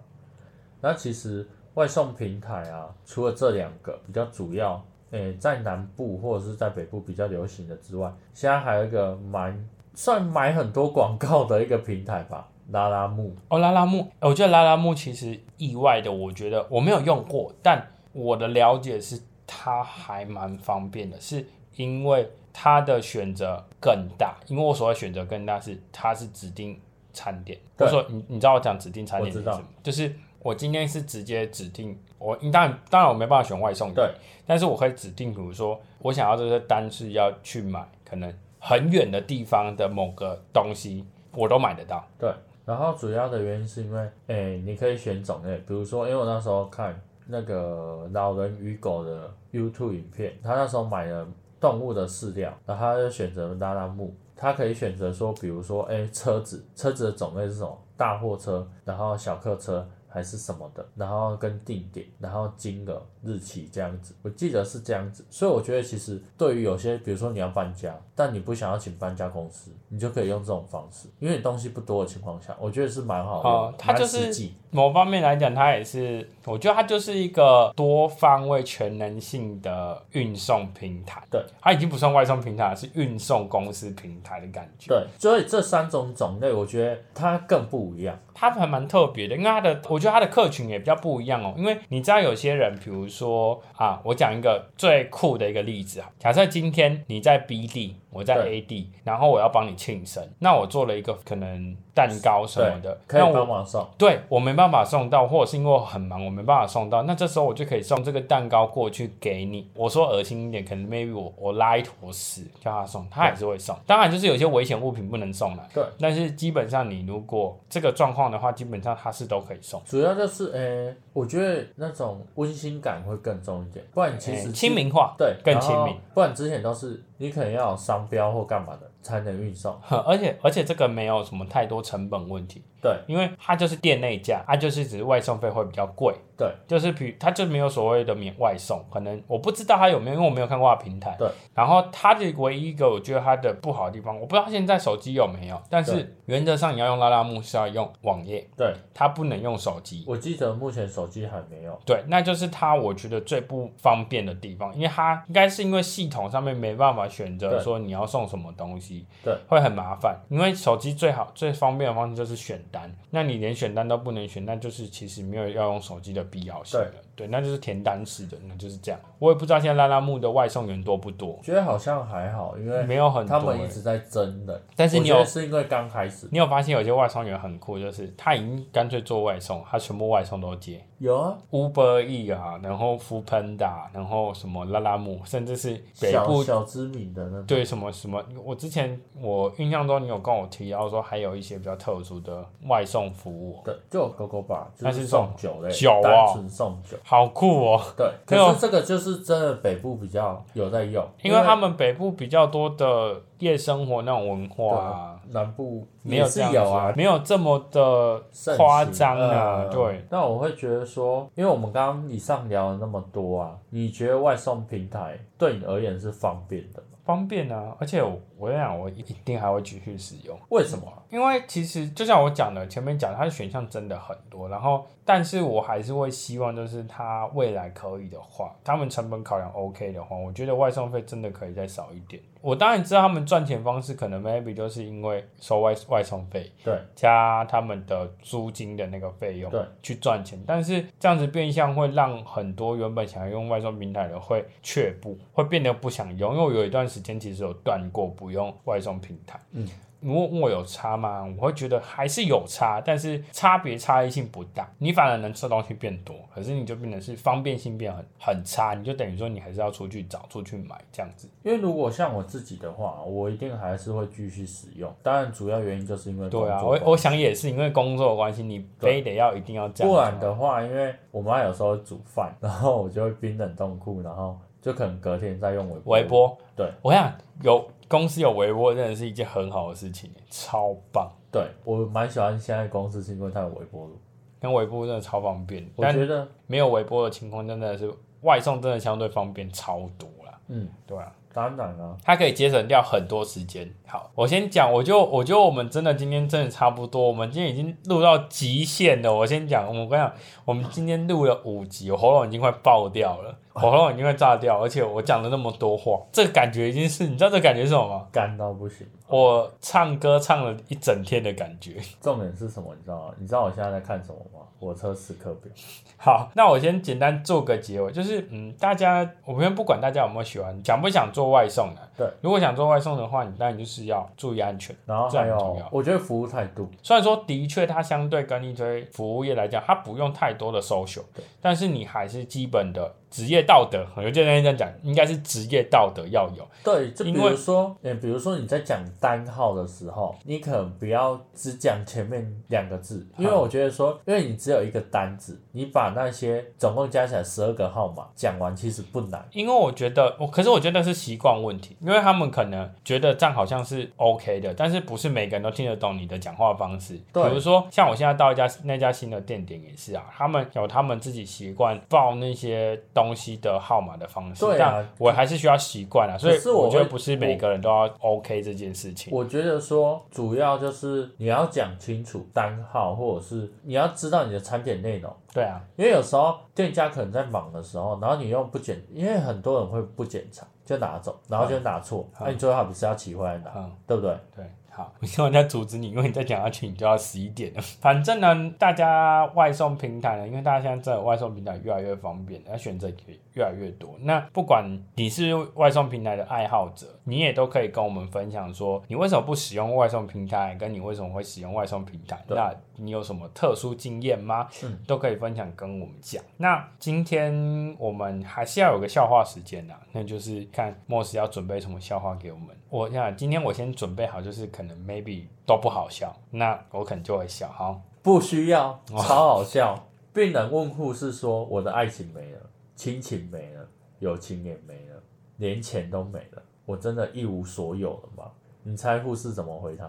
那其实外送平台啊，除了这两个比较主要，诶、在南部或者是在北部比较流行的之外，现在还有一个蛮算买很多广告的一个平台吧，拉拉木。
哦，拉拉木，我觉得拉拉木其实意外的，我觉得我没有用过，但我的了解是它还蛮方便的，是因为它的选择更大。因为我所谓选择更大是它是指定餐点，或
对
者说你你知道我讲指定餐点
我
是
知
什
道
么？就是我今天是直接指定我，当然当然我没办法选外送员，
对，
但是我可以指定，比如说我想要这个单是要去买可能很远的地方的某个东西，我都买得到。
对，然后主要的原因是因为，诶、你可以选种类，比如说，因为我那时候看那个老人与狗的 YouTube 影片，他那时候买了动物的饲料，然后他就选择拉拉木，他可以选择说，比如说，哎、车子，车子的种类是什么？大货车，然后小客车还是什么的，然后跟定点，然后金额、日期这样子，我记得是这样子。所以我觉得其实对于有些，比如说你要搬家，但你不想要请搬家公司，你就可以用这种方式，因为你东西不多的情况下，我觉得是蛮好用的
哦，它
蛮
就
实
是
际
某方面来讲，它也是，我觉得它就是一个多方位全能性的运送平台。
对，
它已经不算外送平台，是运送公司平台的感觉。
对，所以这三种种类，我觉得它更不一样。
它还蛮特别的，因为它的，我觉得它的客群也比较不一样哦。因为你知道有些人，比如说啊，我讲一个最酷的一个例子啊，假设今天你在 B 地，我在 A 地，然后我要帮你庆生，那我做了一个可能蛋糕什么的
对，可
那
以
我
帮忙送。
对我没办法送到，或者是因为我很忙，我没办法送到，那这时候我就可以送这个蛋糕过去给你。我说恶心一点，可能 maybe 我我拉一坨屎叫他送，他还是会送。当然就是有些危险物品不能送了，
对，
但是基本上你如果这个状况的话，基本上他是都可以送。
主要就是，诶、我觉得那种温馨感会更重一点，不然其
诶
实
哎亲民化，
对
更亲。
然
民
后不然之前都是你可能要有商标或干嘛的才能运送。
哼而且而且这个没有什么太多成本问题，
对
因为它就是店内价，它就是只是外送费会比较贵，
对，
就是比它就没有所谓的免外送，可能我不知道它有没有，因为我没有看过它平台。
对，
然后它的唯一一个我觉得它的不好的地方，我不知道现在手机有没有，但
对
是原则上你要用拉拉木是要用网页，
对，
它不能用手机。
我记得目前手机还没有。
对，那就是它我觉得最不方便的地方，因为它应该是因为系统上面没办法选择
对
说你要送什么东西，
对，
会很麻烦。因为手机最好最方便的方式就是选单，那你连选单都不能选，那就是其实没有要用手机的必要性了。对，那就是填单式的，那就是这样。我也不知道现在拉拉木的外送员多不多
我，觉得好像还好，因为
没有很多
他们一
欸、
直在争的。
但是你
我觉
有
得是因为刚开始
你有发现有些外送员很酷，就是他已经干脆做外送，他全部外送都接。
有啊，
Uber E 啊，然后 f o o p a n d a 然后什么拉拉木，甚至是北
小
部
小知名的那种。
对什么什么，我之前我印象中你有跟我提到说，还有一些比较特殊的外送服务哦，
对，就有狗狗吧，就
那是
是
送
送酒类，
酒哦
单纯送酒。
好酷哦！
对，
没有
可是这个就是真的北部比较有在用，
因为他们北部比较多的夜生活那种文化啊、
南部
没有
也是
这样子
有啊，
没有这么的
盛行
夸张啊，
呃
对。
那我会觉得说，因为我们刚刚以上聊了那么多啊，你觉得外送平台对你而言是方便的吗？
方便啊，而且我我跟你讲，我一定还会继续使用。
为什么啊？
因为其实就像我讲的，前面讲它的选项真的很多，然后但是我还是会希望，就是它未来可以的话，他们成本考量 OK 的话，我觉得外送费真的可以再少一点。我当然知道他们赚钱方式可能 maybe 就是因为收外外送费
对
加他们的租金的那个费用
对
去赚钱，但是这样子变相会让很多原本想要用外送平台的会却步，会变得不想用。因为我有一段时间其实有断过不用外送平台，
嗯，
你问我有差吗？我会觉得还是有差，但是差别差异性不大，你反而能吃的东西变多，可是你就变得是方便性变很很差，你就等于说你还是要出去找、出去买这样子。
因为如果像我自己的话，我一定还是会继续使用。当然，主要原因就是因为
对啊，
嗯工作
我我想也是因为工作的关系，你非得要一定要这样，
不然的话，因为我妈有时候会煮饭，然后我就会冰冷冻库，然后就可能隔天再用微波
微波。
对，
我想有公司有微波，真的是一件很好的事情，超棒。
对我蛮喜欢现在公司是因为它有微波炉，
跟微波真的超方便，
我
但
觉得
没有微波的情况真的是外送真的相对方便超多啦。
嗯，
对啊，
当然啊，
它可以节省掉很多时间。好，我先讲，我就我觉得我们真的今天真的差不多，我们今天已经录到极限了。我先讲，我跟你讲，我们今天录了五集，我喉咙已经快爆掉了，我喉咙已经快炸掉，而且我讲了那么多话，这个感觉已经是你知道这个感觉是什么吗？
干到不行。
我唱歌唱了一整天的感觉。
重点是什么？你知道吗？你知道我现在在看什么吗？火车时刻表。
好，那我先简单做个结尾，就是嗯，大家我先不管大家有没有喜欢，想不想做外送呢、啊
对，
如果想做外送的话，你当然就是要注意安全。
然后还
这很重
有
要，
我觉得服务态度，
虽然说的确它相对跟一堆服务业来讲，它不用太多的 social，但是你还是基本的职业道德，有些人这样讲，应该是职业道德要有。
对，就比
因为
如说，嗯，比如说你在讲单号的时候，你可能不要只讲前面两个字，因为
好
我觉得说，因为你只有一个单字，你把那些总共加起来十二个号码讲完其实不难。
因为我觉得，我可是我觉得是习惯问题，因为他们可能觉得这样好像是 OK 的，但是不是每个人都听得懂你的讲话方式。比
对
如说像我现在到一家那家新的店点也是啊，他们有他们自己习惯报那些东西的号码的方式，
对啊
但我还是需要习惯啊，所以
可是我会
觉得不是每个人都要 OK 这件事情。
我觉得说，主要就是你要讲清楚单号，或者是你要知道你的产品内容。
对啊，
因为有时候店家可能在忙的时候，然后你又不检，因为很多人会不检查就拿走，然后就拿错，那、
嗯
你最后还不是要骑回来拿，
嗯。
对不对？
对，好，我希望人家阻止你，因为你再讲下去，你就要十一点了。反正呢，大家外送平台呢，因为大家现在真的外送平台越来越方便，那选择也越来越多。那不管你是外送平台的爱好者，你也都可以跟我们分享说，你为什么不使用外送平台，跟你为什么会使用外送平台？
对
那你有什么特殊经验吗？
嗯
都可以分享跟我们讲。那今天我们还是要有个笑话时间啦，那就是看莫斯要准备什么笑话给我们。我想今天我先准备好，就是可能 maybe 都不好笑，那我可能就会笑。好，
不需要，
哦
超好笑。病人问护士说：“我的爱情没了，亲情没了，友情也没了，连钱都没了，我真的一无所有了吗？”你猜护士怎么回他？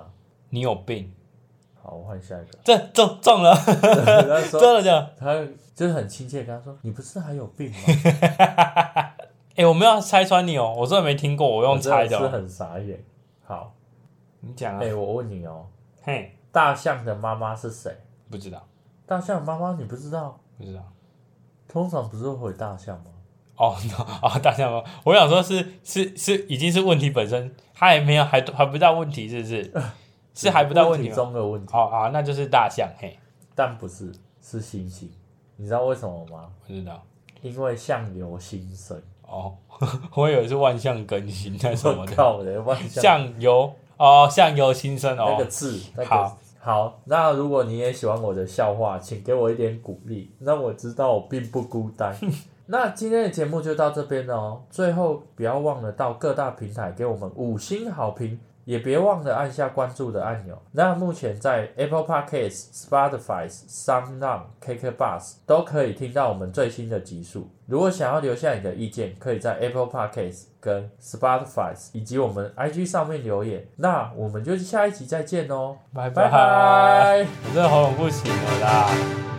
你有病，。
好，我换下一个
这中 中了，
他
中
说，
了中了。
他就是很亲切地跟他说：“你不是还有病吗
哎、我没有拆穿你哦、我真的没听过，我？”用
我真的
猜的
是
哦、
很傻眼。好，
你讲啊，
哎、我问你哦，
嘿，
大象的妈妈是谁？
不知道，
大象的妈妈你不知道？
不知道。
通常不是会回大象吗？
哦、no, 哦，大家吗？我想说是，是是已经是问题本身，他还没有还还不到问题，是不是？ 是还不到问
题
题吗？
中的问题，
哦啊，那就是大象，嘿，
但不是，是星星。你知道为什么吗？
我知道。
因为相由心生。
哦， 我以为是万象更新那什么
我
的，
靠，我的万象
相由哦，相由心生
那个
哦，
字，那个
好
好。那如果你也喜欢我的笑话，请给我一点鼓励，让我知道我并不孤单。那今天的节目就到这边了哦。最后不要忘了到各大平台给我们五星好评，也别忘了按下关注的按钮。那目前在 Apple Podcasts、Spotify、SoundOn、KK Bus 都可以听到我们最新的集数。如果想要留下你的意见，可以在 Apple Podcasts 跟 Spotify 以及我们 IG 上面留言。那我们就下一集再见哦，
拜
拜
拜，
拜。
我真的喉咙不行了啦。